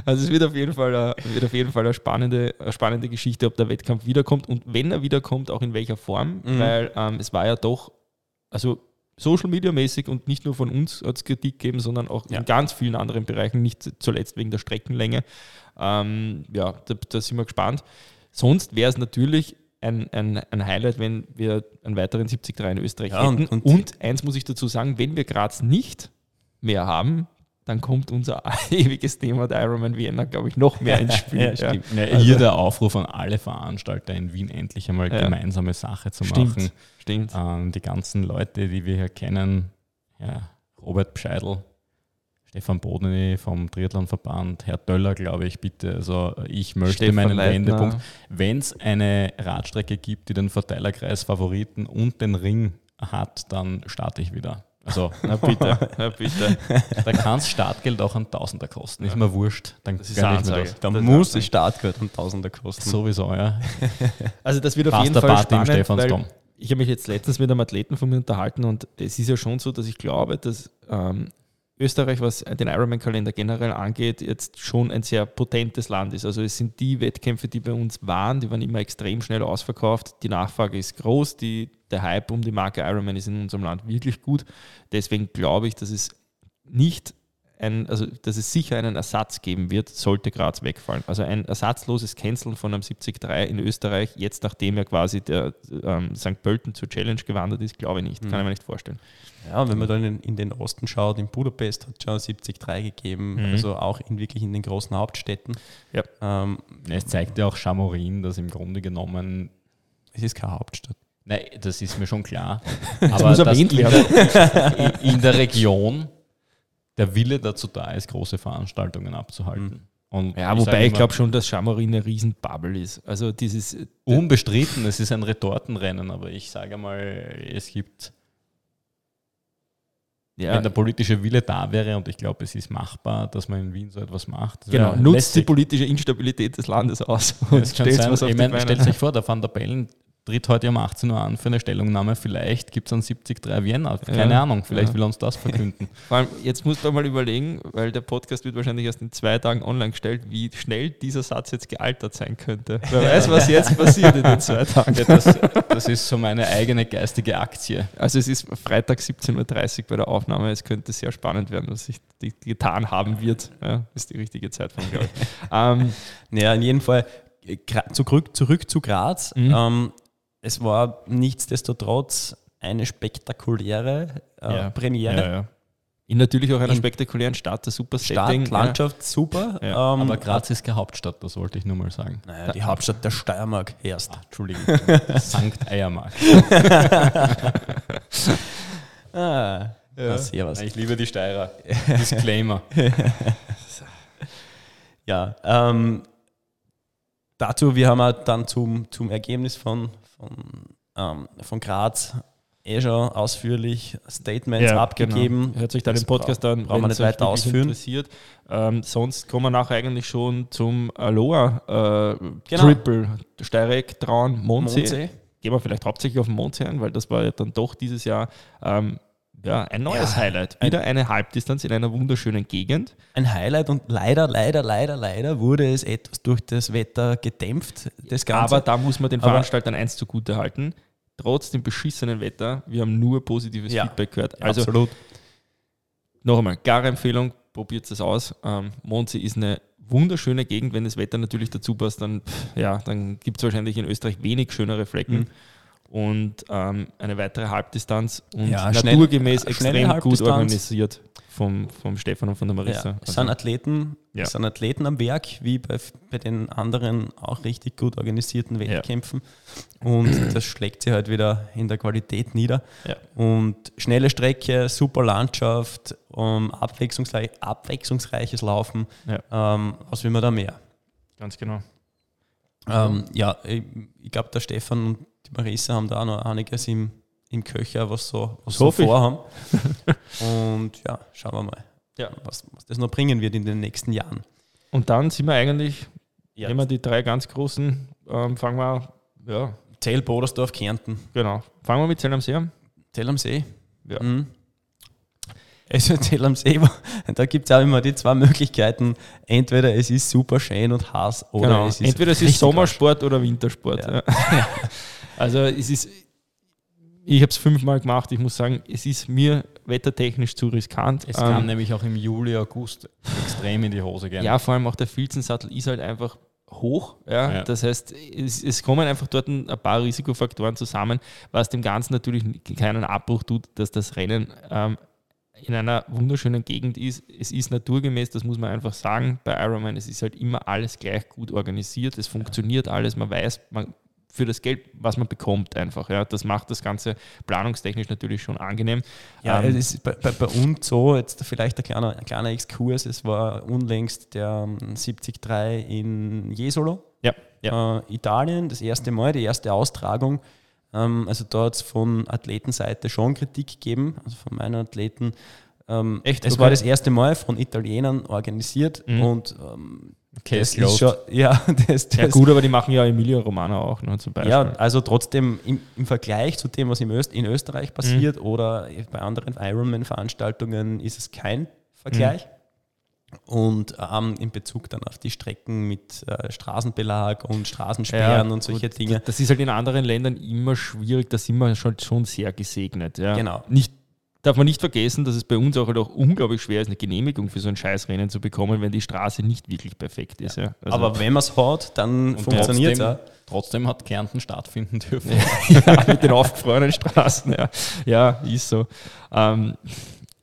B: Also es wird auf jeden Fall, eine- wird auf jeden Fall eine, spannende, eine spannende Geschichte, ob der Wettkampf wiederkommt und wenn er wiederkommt, auch in welcher Form,
C: Mhm.
B: weil ähm, es war ja doch, also Social Media mäßig und nicht nur von uns hat es Kritik gegeben, sondern auch
C: Ja.
B: in ganz vielen anderen Bereichen, nicht zuletzt wegen der Streckenlänge. Ähm, ja, da, da sind wir gespannt. Sonst wäre es natürlich ein, ein, ein Highlight, wenn wir einen weiteren 73 in Österreich
C: Ja, und-
B: hätten.
C: und-
B: und eins muss ich dazu sagen, wenn wir Graz nicht mehr haben, dann kommt unser ewiges Thema der Ironman Vienna, glaube ich, noch mehr ins Spiel.
C: Ja,
B: ja,
C: stimmt.
A: Ja, hier
B: Also-
A: der Aufruf an alle Veranstalter in Wien, endlich einmal
B: Ja.
A: gemeinsame Sache zu machen.
B: Stimmt, stimmt.
A: Ähm, die ganzen Leute, die wir hier kennen, ja, Robert Pscheidl, Stefan Bodeny vom Triathlonverband, Herr Döller, glaube ich, bitte. Also ich möchte
B: Stefan
A: meinen
B: Leitner.
A: Wendepunkt. Wenn es eine Radstrecke gibt, die den Verteilerkreis Favoriten und den Ring hat, dann starte ich wieder. Also
B: Na bitte, na bitte.
A: da kann das Startgeld auch ein Tausender kosten. Ist mir wurscht. Dann
B: Das ist
A: gönn
B: eine
A: ich mir
B: Ansage.
A: das.
C: Da
B: Das
C: muss
B: ist
C: die Startgeld um Tausender kosten.
A: Sowieso, ja.
B: Also das wird auf
A: Passt
B: jeden
A: der
B: Fall
A: Party im
B: spannend,
A: Stephansdom.
B: weil ich habe mich jetzt letztens mit einem Athleten von mir unterhalten und es ist ja schon so, dass ich glaube, dass ähm, Österreich, was den Ironman-Kalender generell angeht, jetzt schon ein sehr potentes Land ist. Also es sind die Wettkämpfe, die bei uns waren, die waren immer extrem schnell ausverkauft. Die Nachfrage ist groß, die, der Hype um die Marke Ironman ist in unserem Land wirklich gut. Deswegen glaube ich, dass es nicht ein, also dass es sicher einen Ersatz geben wird, sollte Graz wegfallen. Also ein ersatzloses Canceln von einem 73 in Österreich, jetzt nachdem ja quasi der ähm, St. Pölten zur Challenge gewandert ist, glaube ich nicht. Kann ich mir nicht vorstellen.
C: Ja, und wenn man dann in, in den Osten schaut, in Budapest hat es schon 73 gegeben,
B: Mhm.
C: also auch in, wirklich in den großen Hauptstädten.
B: Ja.
C: Ähm,
A: Ja, Es zeigt ja auch Chamorin, dass im Grunde genommen,
C: es ist keine Hauptstadt.
A: nein, das ist mir schon klar, aber
B: muss
A: dass in,
B: erwähnt
A: der, in der Region der Wille dazu da ist, große Veranstaltungen abzuhalten. Und
B: Hm. Ja,
A: ich sag
B: wobei ich
A: immer,
B: glaube schon, dass Schamarin eine Riesenbubble ist. Also dieses
A: Unbestritten, es ist ein Retortenrennen, aber ich sage mal, es gibt,
B: ja,
A: wenn der politische Wille da wäre und ich glaube, es ist machbar, dass man in Wien so etwas macht. das
B: genau,
A: wäre
B: nutzt die
A: lästig.
B: politische Instabilität des Landes aus und
A: Es kann
B: stellt
A: sein,
B: was auf
A: ich
B: die
A: meine, stellt
B: Beine.
A: sich vor, der Van der Bellen tritt heute um 18 Uhr an für eine Stellungnahme. Vielleicht gibt es dann 73 Vienna. Keine
B: Ja.
A: Ahnung, vielleicht
B: Ja.
A: will er uns das verkünden.
B: Vor allem, jetzt musst du mal überlegen, weil der Podcast wird wahrscheinlich erst in zwei Tagen online gestellt, wie schnell dieser Satz jetzt gealtert sein könnte. Wer weiß, was jetzt passiert in den zwei Tagen.
A: ja, das, das ist so meine eigene geistige Aktie.
B: Also es ist Freitag 17.30 Uhr bei der Aufnahme. Es könnte sehr spannend werden, was sich die getan haben wird. Ja, ist die richtige Zeitform, glaube ich. ähm,
C: Naja, in jedem Fall äh, Gra- zurück, zurück zu Graz.
B: Mhm.
C: Ähm, es war nichtsdestotrotz eine spektakuläre äh,
B: Ja.
C: Premiere.
B: In natürlich auch einer
C: In-
B: spektakulären Stadt, der super Setting.
C: Stadt, Landschaft, super.
B: Ja,
C: ähm,
A: Aber Graz ist keine Hauptstadt, das wollte ich nur mal sagen. Ah,
C: naja, die Hauptstadt der Steiermark erst.
A: Entschuldigung. Sankt Eiermark.
C: Ah,
B: Ja.
C: sehr was.
A: Ich liebe die Steirer. Disclaimer.
C: Ja, ähm, dazu, wir haben auch dann zum, zum Ergebnis von, von, ähm, von Graz eh schon ausführlich Statements abgegeben.
B: Genau. Hört sich da
C: Das
B: den Podcast
C: bra-
B: an,
C: brauchen wir
B: wenn's
C: nicht
B: euch
C: weiter
B: wirklich
C: ausführen.
B: interessiert. Ähm, sonst kommen wir nachher eigentlich schon zum Aloha äh,
C: Genau.
B: Triple. Steireck, Traun, Mondsee.
C: Mondsee.
B: Gehen wir vielleicht hauptsächlich auf den Mondsee ein, weil das war ja dann doch dieses Jahr ähm, ja, ein neues Highlight. Wieder eine Halbdistanz in einer wunderschönen Gegend.
C: Ein Highlight und leider, leider, leider, leider wurde es etwas durch das Wetter gedämpft, das Ganze.
B: Aber da muss man den
C: Aber-
B: Veranstaltern eins zugute halten. Trotz dem beschissenen Wetter, wir haben nur positives
C: Ja.
B: Feedback gehört. Also
C: absolut.
B: noch einmal, klare Empfehlung, probiert es aus. Ähm, Mondsee ist eine wunderschöne Gegend. Wenn das Wetter natürlich dazu passt, dann, pff, ja, dann gibt es wahrscheinlich in Österreich wenig schönere Flecken.
C: Mhm.
B: Und ähm, eine weitere Halbdistanz und
C: Ja, schnell-
B: naturgemäß
C: schnelle
B: extrem gut
C: Halbdistanz.
B: organisiert vom, vom Stefan und von der Marissa.
C: Ja, es
B: Also-
C: sind Athleten,
B: Ja.
C: es sind Athleten am Werk, wie bei, bei den anderen auch richtig gut organisierten Wettkämpfen. Und das schlägt sie halt wieder in der Qualität nieder.
B: Ja.
C: Und schnelle Strecke, super Landschaft, ähm, abwechslungsreich, abwechslungsreiches Laufen. Ähm, was will man da mehr?
B: ganz genau. Mhm.
C: Ähm, ja, ich, ich glaube, der Stefan und die Marisa haben da auch noch einiges im, im Köcher, was so, was
B: Das
C: so
B: hoffe ich.
C: vorhaben. und ja, schauen wir mal,
B: Ja.
C: was, was das noch bringen wird in den nächsten Jahren.
B: Und dann sind wir eigentlich,
C: Ja.
B: nehmen wir die drei ganz großen, ähm, fangen wir, ja,
C: Zell, Bodersdorf, Kärnten.
B: genau. Fangen wir mit Zell am See an.
C: Zell am See.
B: Ja.
C: Mhm. Also Zell am See, war- da gibt es auch immer die zwei Möglichkeiten. Entweder es ist super schön und heiß oder
B: Genau.
C: es ist
B: Entweder es
C: richtig
B: ist Sommersport oder Wintersport.
C: Ja.
B: Ja. also es ist, ich habe es fünfmal gemacht, ich muss sagen, es ist mir wettertechnisch zu riskant.
A: Es
B: Ähm,
A: kann nämlich auch im Juli, August extrem in die Hose gehen.
B: ja, vor allem auch der Filzensattel ist halt einfach hoch. Ja?
A: Ja.
B: Das heißt, es, es kommen einfach dort ein ein paar Risikofaktoren zusammen, was dem Ganzen natürlich keinen Abbruch tut, dass das Rennen ähm, in einer wunderschönen Gegend ist. Es ist naturgemäß, das muss man einfach sagen, bei Ironman, es ist halt immer alles gleich gut organisiert, es funktioniert alles, man weiß, man für das Geld, was man bekommt einfach. Ja. Das macht das Ganze planungstechnisch natürlich schon angenehm.
C: Ja,
B: Ähm,
C: es ist bei, bei, bei uns so, jetzt vielleicht ein kleiner, ein kleiner Exkurs, es war unlängst der ähm, 73 in Jesolo,
B: ja, ja.
C: äh, Italien, das erste Mal, die erste Austragung. Ähm, also da hat es von Athletenseite schon Kritik gegeben, also von meinen Athleten. Ähm,
B: Echt?
C: Es
B: Okay.
C: war das erste Mal von Italienern organisiert
B: Mhm.
C: und ähm,
A: Case
C: ist
A: closed.
C: schon, ja, das, das,
B: ja, gut, aber die machen ja Emilia Romana auch noch zum Beispiel.
C: ja, also trotzdem im, im Vergleich zu dem, was im Öst, in
B: Mhm.
C: Österreich passiert oder bei anderen Ironman-Veranstaltungen ist es kein
B: Mhm.
C: Vergleich. Und ähm, in Bezug dann auf die Strecken mit äh, Straßenbelag und Straßensperren und solche
B: gut,
C: Dinge.
B: Das ist halt in anderen Ländern immer schwierig, da sind wir schon, schon sehr gesegnet. Ja.
C: Genau.
B: Nicht, darf man nicht vergessen, dass es bei uns auch, halt auch unglaublich schwer ist, eine Genehmigung für so ein Scheißrennen zu bekommen, wenn die Straße nicht wirklich perfekt ist. Ja. Also,
C: Aber wenn man es hat, dann funktioniert es
A: trotzdem,
C: auch.
A: trotzdem hat Kärnten stattfinden dürfen.
B: ja, mit den aufgefrorenen Straßen, ja. ja ist so. Ähm,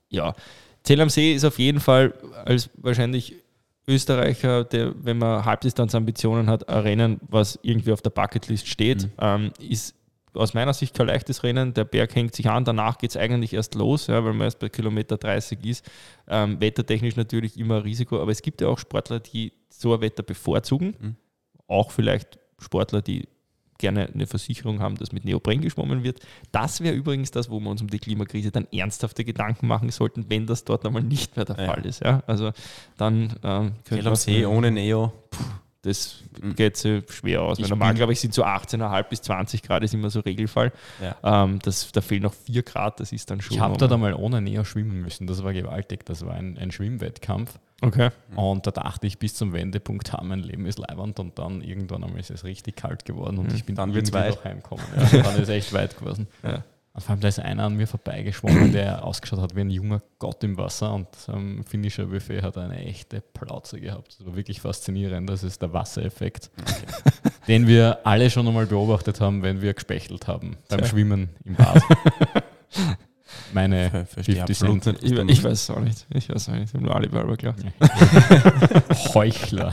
B: ja, Zell am See ist auf jeden Fall als wahrscheinlich Österreicher, der, wenn man Halbdistanzambitionen hat, ein Rennen, was irgendwie auf der Bucketlist steht, ähm, ist aus meiner Sicht kein leichtes Rennen. Der Berg hängt sich an, danach geht es eigentlich erst los, ja, weil man erst bei Kilometer 30 ist. Ähm, wettertechnisch natürlich immer ein Risiko, aber es gibt ja auch Sportler, die so ein Wetter bevorzugen. Auch vielleicht Sportler, die gerne eine Versicherung haben, dass mit Neopren geschwommen wird. Das wäre übrigens das, wo wir uns um die Klimakrise dann ernsthafte Gedanken machen sollten, wenn das dort einmal nicht mehr der
C: Ja.
B: Fall ist. Ja? Also dann ähm,
C: Zell am See ohne Neo.
B: das geht sich schwer aus.
C: Ich
B: Wenn normal,
C: bin-
B: glaube ich, sind so 18,5 bis 20 Grad ist immer so Regelfall.
C: Ja.
B: Ähm, das, da fehlen noch 4 Grad, das ist dann schon.
A: Ich habe dort einmal ohne Neo schwimmen müssen. Das war gewaltig. Das war ein, ein Schwimmwettkampf.
B: okay.
C: Mhm.
A: Und da dachte ich bis zum Wendepunkt, ha, mein Leben ist leibend und dann irgendwann einmal ist es richtig kalt geworden und ich bin
C: Mhm. Dann wird's
A: irgendwie
C: weit.
A: noch heimgekommen. Ja, dann ist es echt weit gewesen.
B: Ja.
A: Und vor allem, da ist einer an mir vorbeigeschwommen, der ausgeschaut hat wie ein junger Gott im Wasser und am finnischer Buffet hat er eine echte Plauze gehabt. Das war wirklich faszinierend. Das ist der Wassereffekt, den wir alle schon einmal beobachtet haben, wenn wir gespechtelt haben beim
B: Tja.
A: Schwimmen im Bad. Meine
C: Verstehe
A: 50
C: absolut
A: Cent.
C: nicht.
B: Ich, ich weiß es auch nicht. Ich weiß es auch nicht. Ich habe nur Alibaba geglaubt.
A: Heuchler.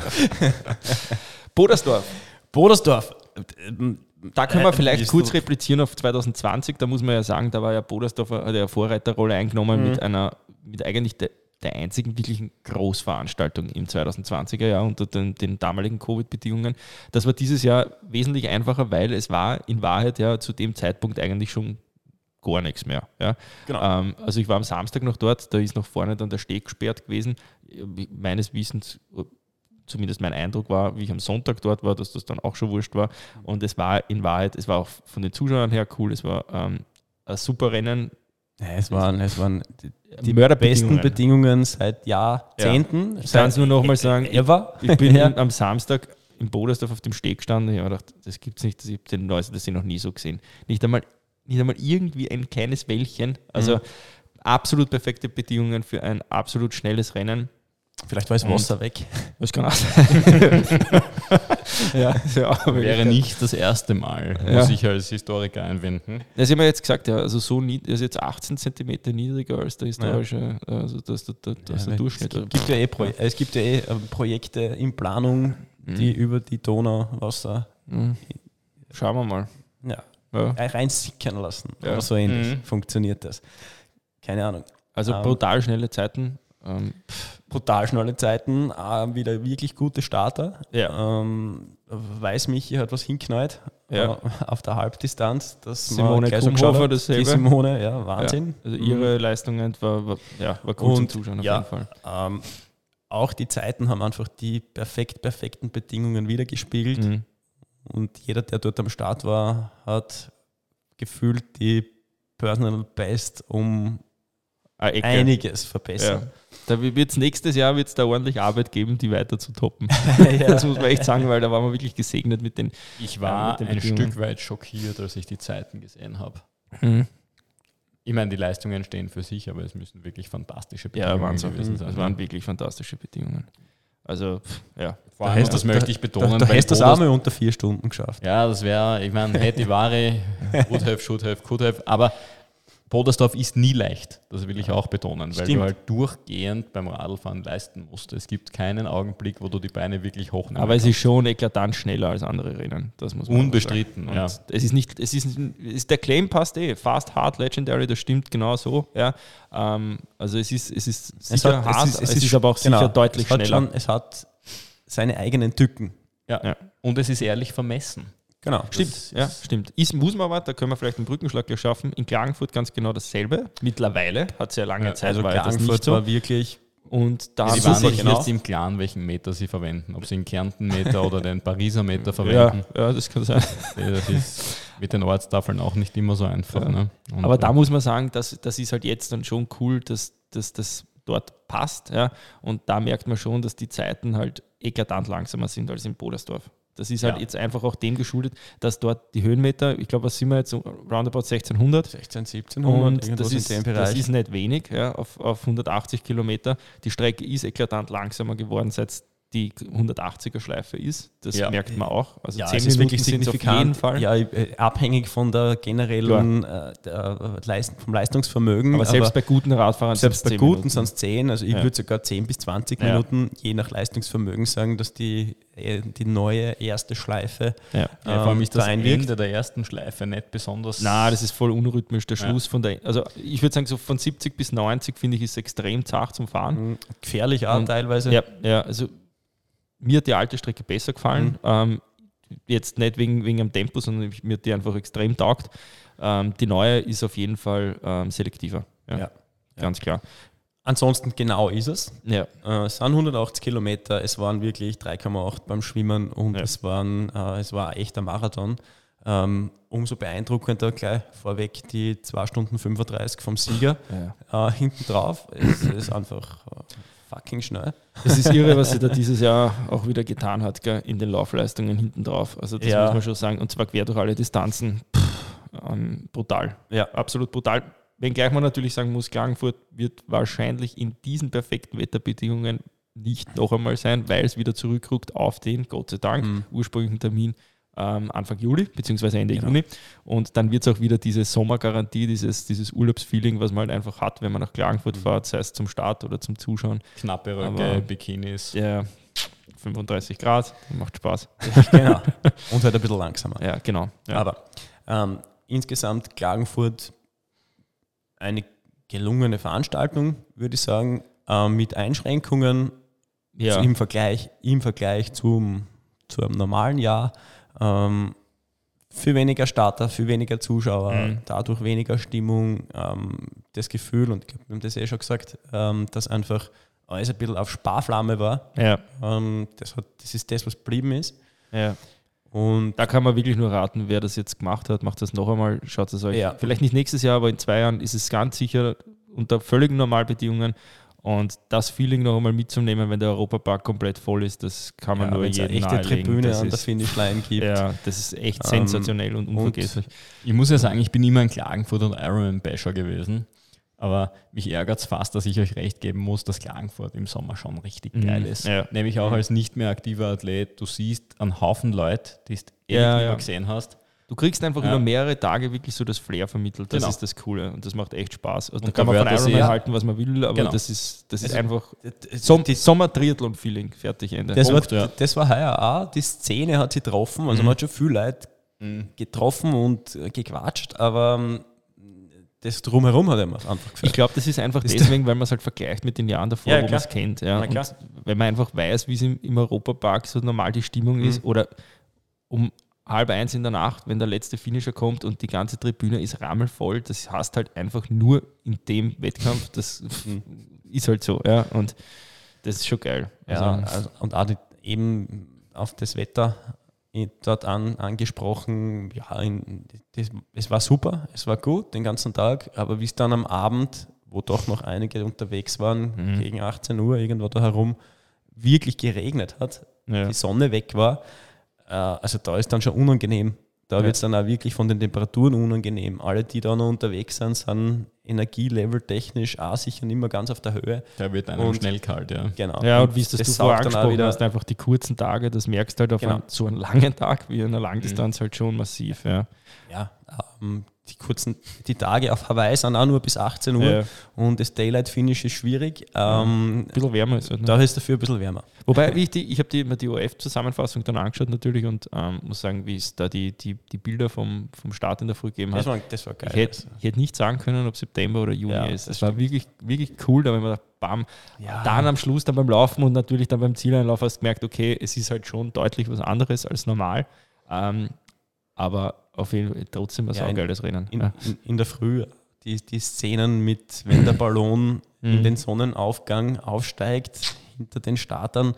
B: Bodersdorf.
C: Bodersdorf.
B: Da können wir
C: Äh,
B: vielleicht
C: ist
B: kurz
C: noch-
B: replizieren auf
C: Mhm.
B: 2020. Da muss man ja sagen, da war ja Bodersdorfer hat ja Vorreiterrolle eingenommen mit einer, mit eigentlich der der einzigen wirklichen Großveranstaltung im 2020er Jahr unter den, den damaligen Covid-Bedingungen. Das war dieses Jahr wesentlich einfacher, weil es war in Wahrheit ja zu dem Zeitpunkt eigentlich schon gar nichts mehr. Ja.
C: Genau.
B: Ähm, also ich war am Samstag noch dort, da ist noch vorne dann der Steg gesperrt gewesen. Meines Wissens, zumindest mein Eindruck war, wie ich am Sonntag dort war, dass das dann auch schon wurscht war. Und es war in Wahrheit, es war auch von den Zuschauern her cool, es war ähm, ein super Rennen.
C: es waren, es waren die, die
B: Mörderbedingungen.
C: besten Bedingungen seit Jahrzehnten.
B: Ich kann es nur nochmal sagen,
C: Ever.
B: Äh, ich bin
C: ja.
B: am Samstag in Bodersdorf auf dem Steg gestanden. Ich habe gedacht, das gibt's nicht, das, ich habe den Leute, das ich noch nie so gesehen. Nicht einmal, nicht einmal irgendwie ein kleines Wellchen. Also absolut perfekte Bedingungen für ein absolut schnelles Rennen.
C: Vielleicht war das Wasser weg.
B: Das kann auch sein. ja, ist ja auch
A: Wäre
B: möglich.
A: nicht das erste Mal,
B: Ja.
A: muss ich als Historiker einwenden.
B: Das haben wir jetzt gesagt, ja, also so nied, also jetzt 18 Zentimeter niedriger als der historische, also das, das, das, das der Durchschnitt.
C: Es gibt ja eh, Pro es gibt ja eh äh, Projekte in Planung, die über die Donau Wasser
B: hm. Schauen wir mal.
C: ja,
B: Ja.
C: reinsickern lassen.
B: Ja.
C: Oder so ähnlich
A: Mhm.
C: funktioniert das. Keine Ahnung.
B: Also
C: Ähm.
B: brutal schnelle Zeiten. Ähm,
C: brutal schnelle Zeiten, auch wieder wirklich gute Starter.
B: Ja.
C: Ähm, weiß mich, hier hat was hinknallt
B: Ja.
C: äh, auf der Halbdistanz. dass man
B: Simone
C: gleich so
B: Kuhnhofer
C: geschaut hat,
B: dasselbe.
C: Die Simone, ja, Wahnsinn.
B: Ja, also ihre Leistungen war, war, ja, war cool zum
C: Und
B: Zuschauen auf
C: ja,
B: jeden Fall.
C: Ähm, auch die Zeiten haben einfach die perfekt perfekten Bedingungen wiedergespiegelt.
B: Mhm.
C: Und jeder, der dort am Start war, hat gefühlt die Personal Best um
B: Ah, Ecke.
C: einiges
B: ja.
C: verbessert.
B: Da wird es nächstes Jahr wird's da ordentlich Arbeit geben, die weiter zu toppen. Das muss man echt sagen, weil da waren wir wirklich gesegnet mit den.
A: Ich
B: Ja,
A: war
B: mit den
A: ein
B: Bedingungen.
A: Stück weit schockiert, als ich die Zeiten gesehen habe.
C: Mhm.
A: Ich meine, die Leistungen stehen für sich, aber es müssen wirklich fantastische
B: Ja,
A: Bedingungen
B: Wahnsinn. Mhm.
A: gewesen sein.
B: Das waren wirklich fantastische Bedingungen. Also, pff, ja.
A: Vor allem,
C: Da-
A: das möchte ich betonen.
C: Da, da
A: weil
C: hast du das
A: Bodas-
C: auch mal unter vier Stunden geschafft.
A: Ja, das wäre, ich meine, hätte Ware, Guthef, Schudhef, Kuthef, aber Podersdorf ist nie leicht, das will ich auch betonen, weil
C: Stimmt.
A: du halt durchgehend beim Radlfahren leisten musst. Es gibt keinen Augenblick, wo du die Beine wirklich hochnimmst.
B: Aber es ist schon eklatant schneller als andere Rennen. Das muss man
A: Unbestritten,
B: einfach
A: ja.
B: sagen. Und Es ist nicht, es ist, ist der Claim passt eh. Fast, hard, legendary, das stimmt genau so. Ja. Ähm, also es ist, es ist sicher
C: hat-
B: hart, es ist, aber auch sicher
C: genau,
B: deutlich
C: es hat
B: schneller.
C: Schon, es hat seine eigenen Tücken.
A: ja.
B: Ja.
A: Und es ist ehrlich vermessen.
C: Genau.
B: Stimmt, ja, stimmt. Ist, muss man aber, da können wir vielleicht einen Brückenschlag gleich schaffen. In Klagenfurt ganz genau dasselbe. Mittlerweile hat sehr lange
A: Ja,
B: Zeit
C: also
B: war ja das nicht
C: Klagenfurt
B: so.
C: war wirklich
B: Und da
A: Die
B: haben
A: waren
B: sie
A: sich
C: sicher, genau.
A: jetzt im Klaren, welchen Meter sie verwenden. Ob sie den Kärnten-Meter oder den Pariser Meter
B: ja,
A: verwenden,
B: ja, das kann sein.
A: das ist mit den Ortstafeln auch nicht immer so einfach. Ne? Und-
B: Aber da muss man sagen, das, das ist halt jetzt dann schon cool, dass, dass das dort passt. Ja. Und da merkt man schon, dass die Zeiten halt eklatant langsamer sind als in Bodersdorf. Das ist halt
A: Ja.
B: jetzt einfach auch dem geschuldet, dass dort die Höhenmeter, ich glaube, was sind wir jetzt, roundabout 1600?
C: 16, 1700
B: Und das ist, das ist nicht wenig, ja, auf, auf 180 Kilometer. Die Strecke ist eklatant langsamer geworden, seit es die 180er-Schleife ist. Das
A: Ja.
B: merkt man auch. Also
C: ja,
B: 10
C: es ist
B: Minuten
C: wirklich
B: sind's
C: signifikant.
B: auf jeden Fall.
C: Ja, äh, abhängig von der generellen äh, der Leist- vom Leistungsvermögen.
B: aber selbst bei guten Radfahrern
C: selbst
B: sind's
C: bei
B: 10
C: guten
B: Minuten.
C: sind es 10, also ich
B: Ja.
C: würde sogar 10 bis 20
B: Ja.
C: Minuten, je nach Leistungsvermögen, sagen, dass die, äh, die neue erste Schleife
B: Ja.
A: ja, vor allem
C: ähm,
A: ist das
C: da einwirkt.
A: Ende der ersten Schleife nicht besonders.
B: Na, das ist voll unrhythmisch. Der Schluss von der, also ich würde sagen, so von 70 bis 90 finde ich ist extrem zart zum Fahren.
C: Mhm. gefährlich auch
B: Und-
C: teilweise.
B: Ja, ja, also mir hat die alte Strecke besser gefallen. Ähm, jetzt nicht wegen, wegen dem Tempo, sondern ich- mir hat die einfach extrem taugt. Ähm, die neue ist auf jeden Fall ähm, selektiver. Ja,
C: Ja.
B: Ganz klar.
C: Ansonsten genau ist es.
B: Ja.
C: Äh, Es waren 180 Kilometer, es waren wirklich 3,8 beim Schwimmen und
B: Ja.
C: es, waren, äh, es war ein echter Marathon. Ähm, umso beeindruckender gleich vorweg die 2 Stunden 35 vom Sieger äh, hinten drauf. Es ist einfach äh, fucking schnell.
B: Es ist irre, was sie da dieses Jahr auch wieder getan hat, gell, in den Laufleistungen hinten drauf. Also das
C: Ja.
B: muss man schon sagen. Und zwar quer durch alle Distanzen. Pff, ähm, brutal.
C: Ja.
B: absolut brutal. Wenngleich man natürlich sagen muss, Klagenfurt wird wahrscheinlich in diesen perfekten Wetterbedingungen nicht noch einmal sein, weil es wieder zurückrückt auf den, Gott sei Dank,
C: Mhm.
B: ursprünglichen Termin ähm, Anfang Juli, beziehungsweise Ende Juni. Und dann wird es auch wieder diese Sommergarantie, dieses, dieses Urlaubsfeeling, was man halt einfach hat, wenn man nach Klagenfurt fährt, sei es zum Start oder zum Zuschauen.
A: Knappe
B: Aber-
A: Röcke, Bikinis.
B: Ja, 35 Grad, macht Spaß.
C: genau. Und halt ein bisschen langsamer.
B: Ja, genau. Ja.
C: Aber ähm, insgesamt Klagenfurt eine gelungene Veranstaltung, würde ich sagen. ähm, mit Einschränkungen
B: Ja.
C: Also im, Vergleich, im Vergleich zum, zu einem normalen Jahr. Ähm, viel weniger Starter, viel weniger Zuschauer,
B: Mhm.
C: dadurch weniger Stimmung, ähm, das Gefühl, und ich glaub, wir haben das eh schon gesagt, ähm, dass einfach alles ein bisschen auf Sparflamme war.
B: ja.
C: Ähm, das, hat, das ist das, was geblieben ist.
B: ja.
C: Und
B: Da kann man wirklich nur raten, wer das jetzt gemacht hat, macht das noch einmal, schaut es euch.
C: Ja.
B: Vielleicht nicht nächstes Jahr, aber in zwei Jahren ist es ganz sicher unter völligen Normalbedingungen. Und das Feeling noch einmal mitzunehmen, wenn der Europapark komplett voll ist, das kann man
C: ja,
B: nur
C: wenn's eine
B: jedem
C: echte
B: nahelegen.
C: Tribüne
B: das
C: an der
B: ist,
C: Finishline gibt.
B: Ja, das ist echt
C: Ähm,
B: sensationell und unvergesslich.
A: Ich muss ja sagen, ich bin immer ein Klagenfurt und Ironman-Basher gewesen. Aber mich ärgert es fast, dass ich euch recht geben muss, dass Klagenfurt im Sommer schon richtig
B: Mhm,
A: geil ist.
B: ja.
A: Nämlich auch als nicht mehr aktiver Athlet. Du siehst einen Haufen Leute, die du ewig
B: Ja,
A: nicht
B: ja.
A: mehr gesehen hast.
B: Du kriegst einfach
A: Ja.
B: über mehrere Tage wirklich so das Flair vermittelt. Das
A: Genau.
B: ist das Coole und das macht echt Spaß. Also da
A: Und
B: kann
A: da
B: man von
A: wird das
B: Ironman
A: eh-
B: halten, was man will, aber
A: Genau.
B: das ist, das ist
C: Also,
B: einfach
C: Som-
B: Som Sommer-Triathlon-Feeling. Fertig, Ende.
C: das,
A: Punkt,
C: war,
A: ja.
C: das war heuer auch, die Szene hat sie getroffen,
B: Mhm.
C: also man hat schon viel Leute getroffen und äh, gequatscht, aber ähm, das Drumherum hat einem einfach
B: Ich
C: gefällt.
B: glaube, das ist einfach
C: Ist
B: deswegen, weil man es halt vergleicht mit den Jahren davor,
C: Ja,
B: wo man
C: klar.
B: es kennt. Ja.
C: Na
B: Und
C: klar.
B: wenn man einfach weiß, wie es im, im Europapark so normal die Stimmung ist
C: Mhm.
B: oder um halb eins in der Nacht, wenn der letzte Finisher kommt und die ganze Tribüne ist rammelvoll, das hast halt einfach nur in dem Wettkampf, das ist halt so. Ja. Und das ist schon geil.
C: Mhm. ja,
B: Also,
C: also, und auch die, eben auf das Wetter eh, dort an, angesprochen, ja, in, das, es war super, es war gut den ganzen Tag, aber wie es dann am Abend, wo doch noch einige unterwegs waren, gegen 18 Uhr irgendwo da herum, wirklich geregnet hat,
B: ja.
C: die Sonne weg war. Äh, Also da ist dann schon unangenehm. Da
B: Ja.
C: wird es dann auch wirklich von den Temperaturen unangenehm. Alle, die da noch unterwegs sind, sind Energielevel technisch auch sicher nicht mehr ganz auf der Höhe.
A: Da wird einem
C: Und-
A: schnell kalt, ja.
C: Genau.
B: Ja, und wie es das, du vorher
C: saugt dann auch
B: angesprochen
C: wieder.
B: hast, einfach die kurzen Tage, das merkst du halt auf
C: Genau. Mhm.
B: einen, so einen langen Tag wie einer Langdistanz halt schon massiv. Ja.
C: Ja, ähm, die kurzen, die Tage auf Hawaii sind auch nur bis 18 Uhr
B: Ja.
C: und das Daylight Finish ist schwierig. Ähm,
B: Ein bisschen wärmer ist halt. Ne?
C: Da ist dafür ein bisschen wärmer.
B: Wobei, wie ich, die, ich habe die, mir die OF-Zusammenfassung dann angeschaut natürlich und ähm, muss sagen, wie es da die, die, die Bilder vom, vom Start in der Früh gegeben
C: Das
B: hat.
C: war, das war geil. also.
B: Ich hätte, ich hätte nicht sagen können, ob September oder Juni
C: Ja,
B: ist.
C: das
B: Es war wirklich, wirklich cool, da wenn man gedacht, bam.
C: Ja.
B: Dann am Schluss, dann beim Laufen und natürlich dann beim Zieleinlauf hast du gemerkt, okay, es ist halt schon deutlich was anderes als normal. Ähm, aber auf jeden Fall trotzdem war es
C: Ja,
B: auch
C: in-
B: geiles Rennen.
C: in,
B: ja.
C: in, in der Früh die, die Szenen mit, wenn der Ballon in
B: Mhm.
C: den Sonnenaufgang aufsteigt, hinter den Startern,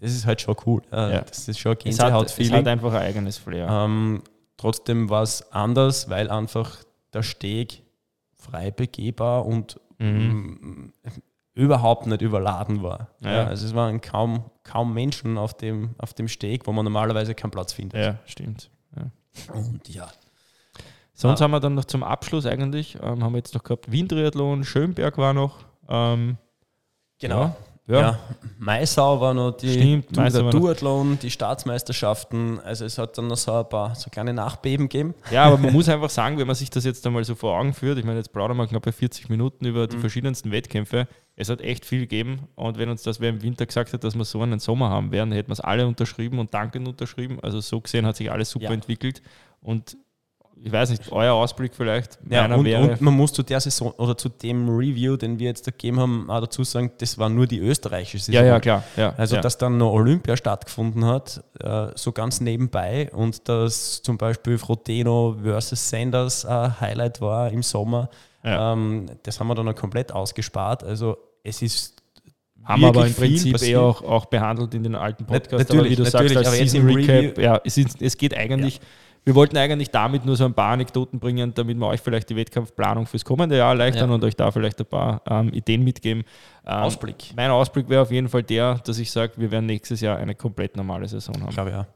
C: das ist halt schon cool. Äh,
B: Ja.
C: Das ist schon ein
B: Es, hat, es hat
C: Gänsehaut-Feeling.
B: einfach ein eigenes Flair.
C: Ähm, trotzdem war es anders, weil einfach der Steg frei begehbar und
B: Mhm.
C: mm, überhaupt nicht überladen war.
B: Ja.
C: Ja, also es waren kaum, kaum Menschen auf dem, auf dem Steg, wo man normalerweise keinen Platz findet.
B: Ja, stimmt. Ja.
C: Und ja, Ah.
B: Sonst haben wir dann noch zum Abschluss eigentlich, ähm, haben wir jetzt noch gehabt, Wien-Triathlon, Schönberg war noch. Ähm,
C: genau.
B: Ja, ja.
C: Ja. Maisau war noch die
B: Stimmt,
C: du,
B: Maisau
C: der
B: war noch-
C: Duathlon, die Staatsmeisterschaften. Also es hat dann noch so ein paar so kleine Nachbeben gegeben.
B: Ja, aber man muss einfach sagen, wenn man sich das jetzt einmal so vor Augen führt, ich meine, jetzt plaudern wir knapp bei 40 Minuten über
C: Mhm.
B: die verschiedensten Wettkämpfe. Es hat echt viel gegeben und wenn uns das wer im Winter gesagt hat, dass wir so einen Sommer haben werden, hätten wir es alle unterschrieben und dankend unterschrieben. Also so gesehen hat sich alles super
C: Ja.
B: entwickelt und ich weiß nicht, euer Ausblick vielleicht,
C: Ja,
B: meiner
C: und,
B: wäre,
C: und man muss zu der Saison oder zu dem Review, den wir jetzt da gegeben haben, auch dazu sagen, das war nur die österreichische Saison.
B: ja, ja, klar. Ja,
C: Also,
B: ja.
C: dass dann noch Olympia stattgefunden hat, äh, so ganz nebenbei und dass zum Beispiel Frodeno versus Sanders ein Highlight war im Sommer,
B: Ja.
C: ähm, das haben wir dann noch komplett ausgespart. Also, es ist
B: Haben wir aber im
C: wirklich viel
B: Prinzip eh
C: passiert.
B: auch, auch behandelt in den alten Podcasts.
C: natürlich,
B: aber wie du
C: natürlich,
B: sagst, als
C: aber jetzt
B: Season
C: im
B: Recap,
C: Review-
B: ja, es, ist, es geht eigentlich, wir wollten eigentlich damit nur so ein paar Anekdoten bringen, damit wir euch vielleicht die Wettkampfplanung fürs kommende Jahr erleichtern
C: Ja.
B: und euch da vielleicht ein paar ähm, Ideen mitgeben. Ähm,
C: Ausblick.
B: Mein Ausblick wäre auf jeden Fall der, dass ich sage, wir werden nächstes Jahr eine komplett normale Saison haben.
C: glaube ja.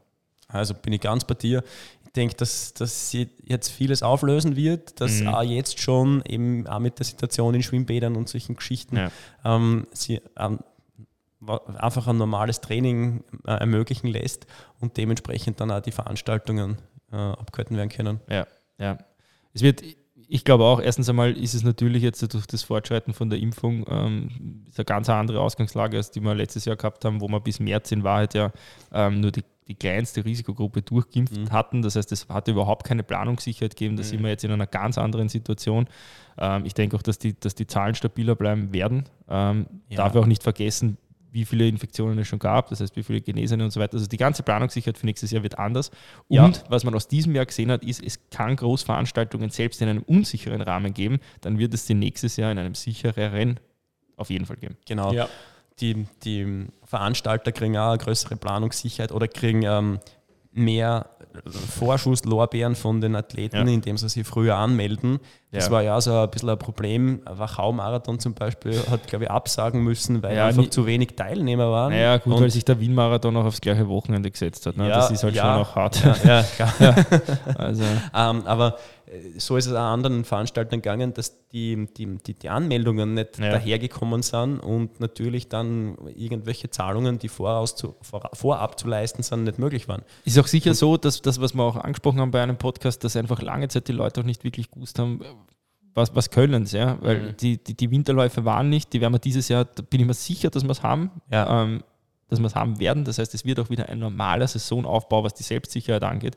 C: Also bin ich ganz bei dir. Ich denke, dass, dass sie jetzt vieles auflösen wird, dass
B: Mhm.
C: auch jetzt schon eben auch mit der Situation in Schwimmbädern und solchen Geschichten
B: Ja.
C: ähm, sie ähm, wa- einfach ein normales Training äh, ermöglichen lässt und dementsprechend dann auch die Veranstaltungen äh, abgehalten werden können.
B: Ja, ja. Es wird, ich glaube auch, erstens einmal ist es natürlich jetzt durch das Fortschreiten von der Impfung ähm, ist eine ganz andere Ausgangslage, als die wir letztes Jahr gehabt haben, wo wir bis März in Wahrheit ja ähm, nur die die kleinste Risikogruppe durchgeimpft hatten. Das heißt, es hat überhaupt keine Planungssicherheit gegeben. Da sind wir jetzt in einer ganz anderen Situation. Ähm, ich denke auch, dass die, dass die Zahlen stabiler bleiben werden. Ähm,
C: Ja.
B: Darf ich auch nicht vergessen, wie viele Infektionen es schon gab, das heißt, wie viele Genesene und so weiter. Also die ganze Planungssicherheit für nächstes Jahr wird anders. Und
C: Ja.
B: was man aus diesem Jahr gesehen hat, ist, es kann Großveranstaltungen selbst in einem unsicheren Rahmen geben. Dann wird es sie nächstes Jahr in einem sichereren auf jeden Fall geben.
C: Genau.
A: Ja.
C: Die, die Veranstalter kriegen auch eine größere Planungssicherheit oder kriegen ähm, mehr Vorschusslorbeeren von den Athleten,
B: Ja.
C: indem sie sich früher anmelden. Das
B: Ja.
C: war ja so ein bisschen ein Problem. Wachau-Marathon zum Beispiel hat, glaube ich, absagen müssen, weil
B: Ja,
C: einfach
B: nie-
C: zu wenig Teilnehmer waren.
B: Naja, gut,
C: Und-
B: weil sich der Wien-Marathon auch aufs gleiche Wochenende gesetzt hat. Ne?
C: Ja,
B: das ist halt
C: ja.
B: schon auch hart.
C: ja, klar.
B: Also,
C: Ähm, aber äh, so ist es auch anderen Veranstaltern gegangen, dass die, die, die, die Anmeldungen nicht
B: Ja.
C: dahergekommen sind und natürlich dann irgendwelche Zahlungen, die voraus zu, vora- vorab zu leisten sind, nicht möglich waren.
B: ist auch sicher so, dass das, was wir auch angesprochen haben bei einem Podcast, dass einfach lange Zeit die Leute auch nicht wirklich gewusst haben, was, was können sie. Ja? Weil
C: Mhm.
B: die, die, die Winterläufe waren nicht, die werden wir dieses Jahr, da bin ich mir sicher, dass wir es haben.
C: Ja.
B: Ähm, dass wir es haben werden. Das heißt, es wird auch wieder ein normaler Saisonaufbau, was die Selbstsicherheit angeht.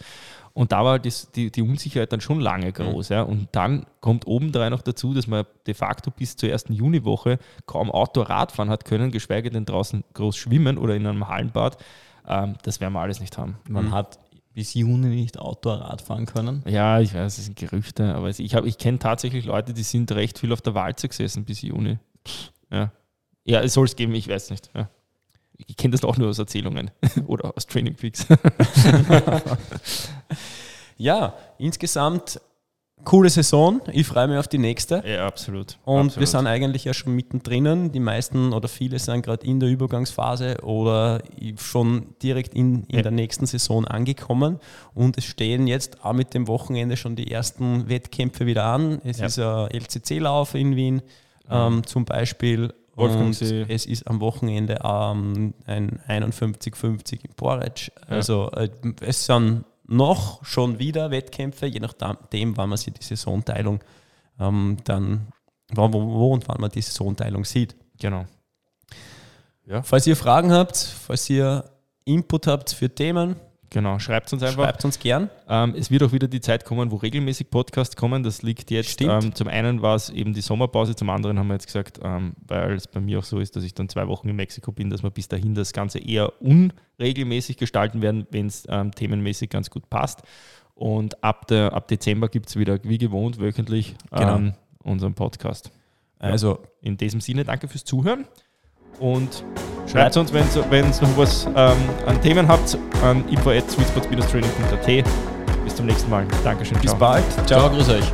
B: Und da war die, die, die Unsicherheit dann schon lange
C: Mhm.
B: groß. Ja. Und dann kommt obendrein noch dazu, dass man de facto bis zur ersten Juniwoche kaum Outdoor-Radfahren hat können, geschweige denn draußen groß schwimmen oder in einem Hallenbad. Ähm, das werden wir alles nicht haben.
A: Man hat bis Juni nicht Outdoor-Rad fahren können.
B: Ja, ich weiß, es sind Gerüchte, aber es- ich, hab- ich kenne tatsächlich Leute, die sind recht viel auf der Walze gesessen bis Juni. Ja, ja es soll es geben, ich weiß nicht. Ja. Ich kenne das auch nur aus Erzählungen oder aus Training Peaks.
C: Ja, insgesamt coole Saison. Ich freue mich auf die nächste.
B: Ja, absolut.
C: Und
B: absolut.
C: wir sind eigentlich ja schon mittendrin. Die meisten oder viele sind gerade in der Übergangsphase oder schon direkt in, in
B: Ja.
C: der nächsten Saison angekommen. Und es stehen jetzt auch mit dem Wochenende schon die ersten Wettkämpfe wieder an. Es
B: Ja.
C: ist ein LCC-Lauf in Wien ähm, zum Beispiel. Und
B: Wolfgangsee.
C: es ist am Wochenende ähm, ein 51-50 in Porridge. Also äh, es sind noch schon wieder Wettkämpfe, je nachdem, wann man sich die Saisonteilung ähm, dann wo, wo, wo und wann man die Saisonteilung sieht.
B: Genau.
C: Falls ihr Fragen habt, falls ihr Input habt für Themen,
B: Genau, schreibt uns einfach.
C: schreibt uns gern.
B: Ähm, es wird auch wieder die Zeit kommen, wo regelmäßig Podcasts kommen. Das liegt jetzt.
C: Stimmt.
B: Ähm, zum einen war es eben die Sommerpause, zum anderen haben wir jetzt gesagt, ähm, weil es bei mir auch so ist, dass ich dann zwei Wochen in Mexiko bin, dass wir bis dahin das Ganze eher unregelmäßig gestalten werden, wenn es ähm, themenmäßig ganz gut passt. Und ab, der, ab Dezember gibt es wieder, wie gewohnt, wöchentlich
C: Genau.
B: ähm, unseren Podcast.
C: Also
B: In diesem Sinne, danke fürs Zuhören und schreibt uns, wenn ihr noch was ähm, an Themen habt, an info.sweetspots-training.at. Bis zum nächsten Mal. Dankeschön.
C: bis
B: ciao.
C: bald.
A: Ciao, grüß euch.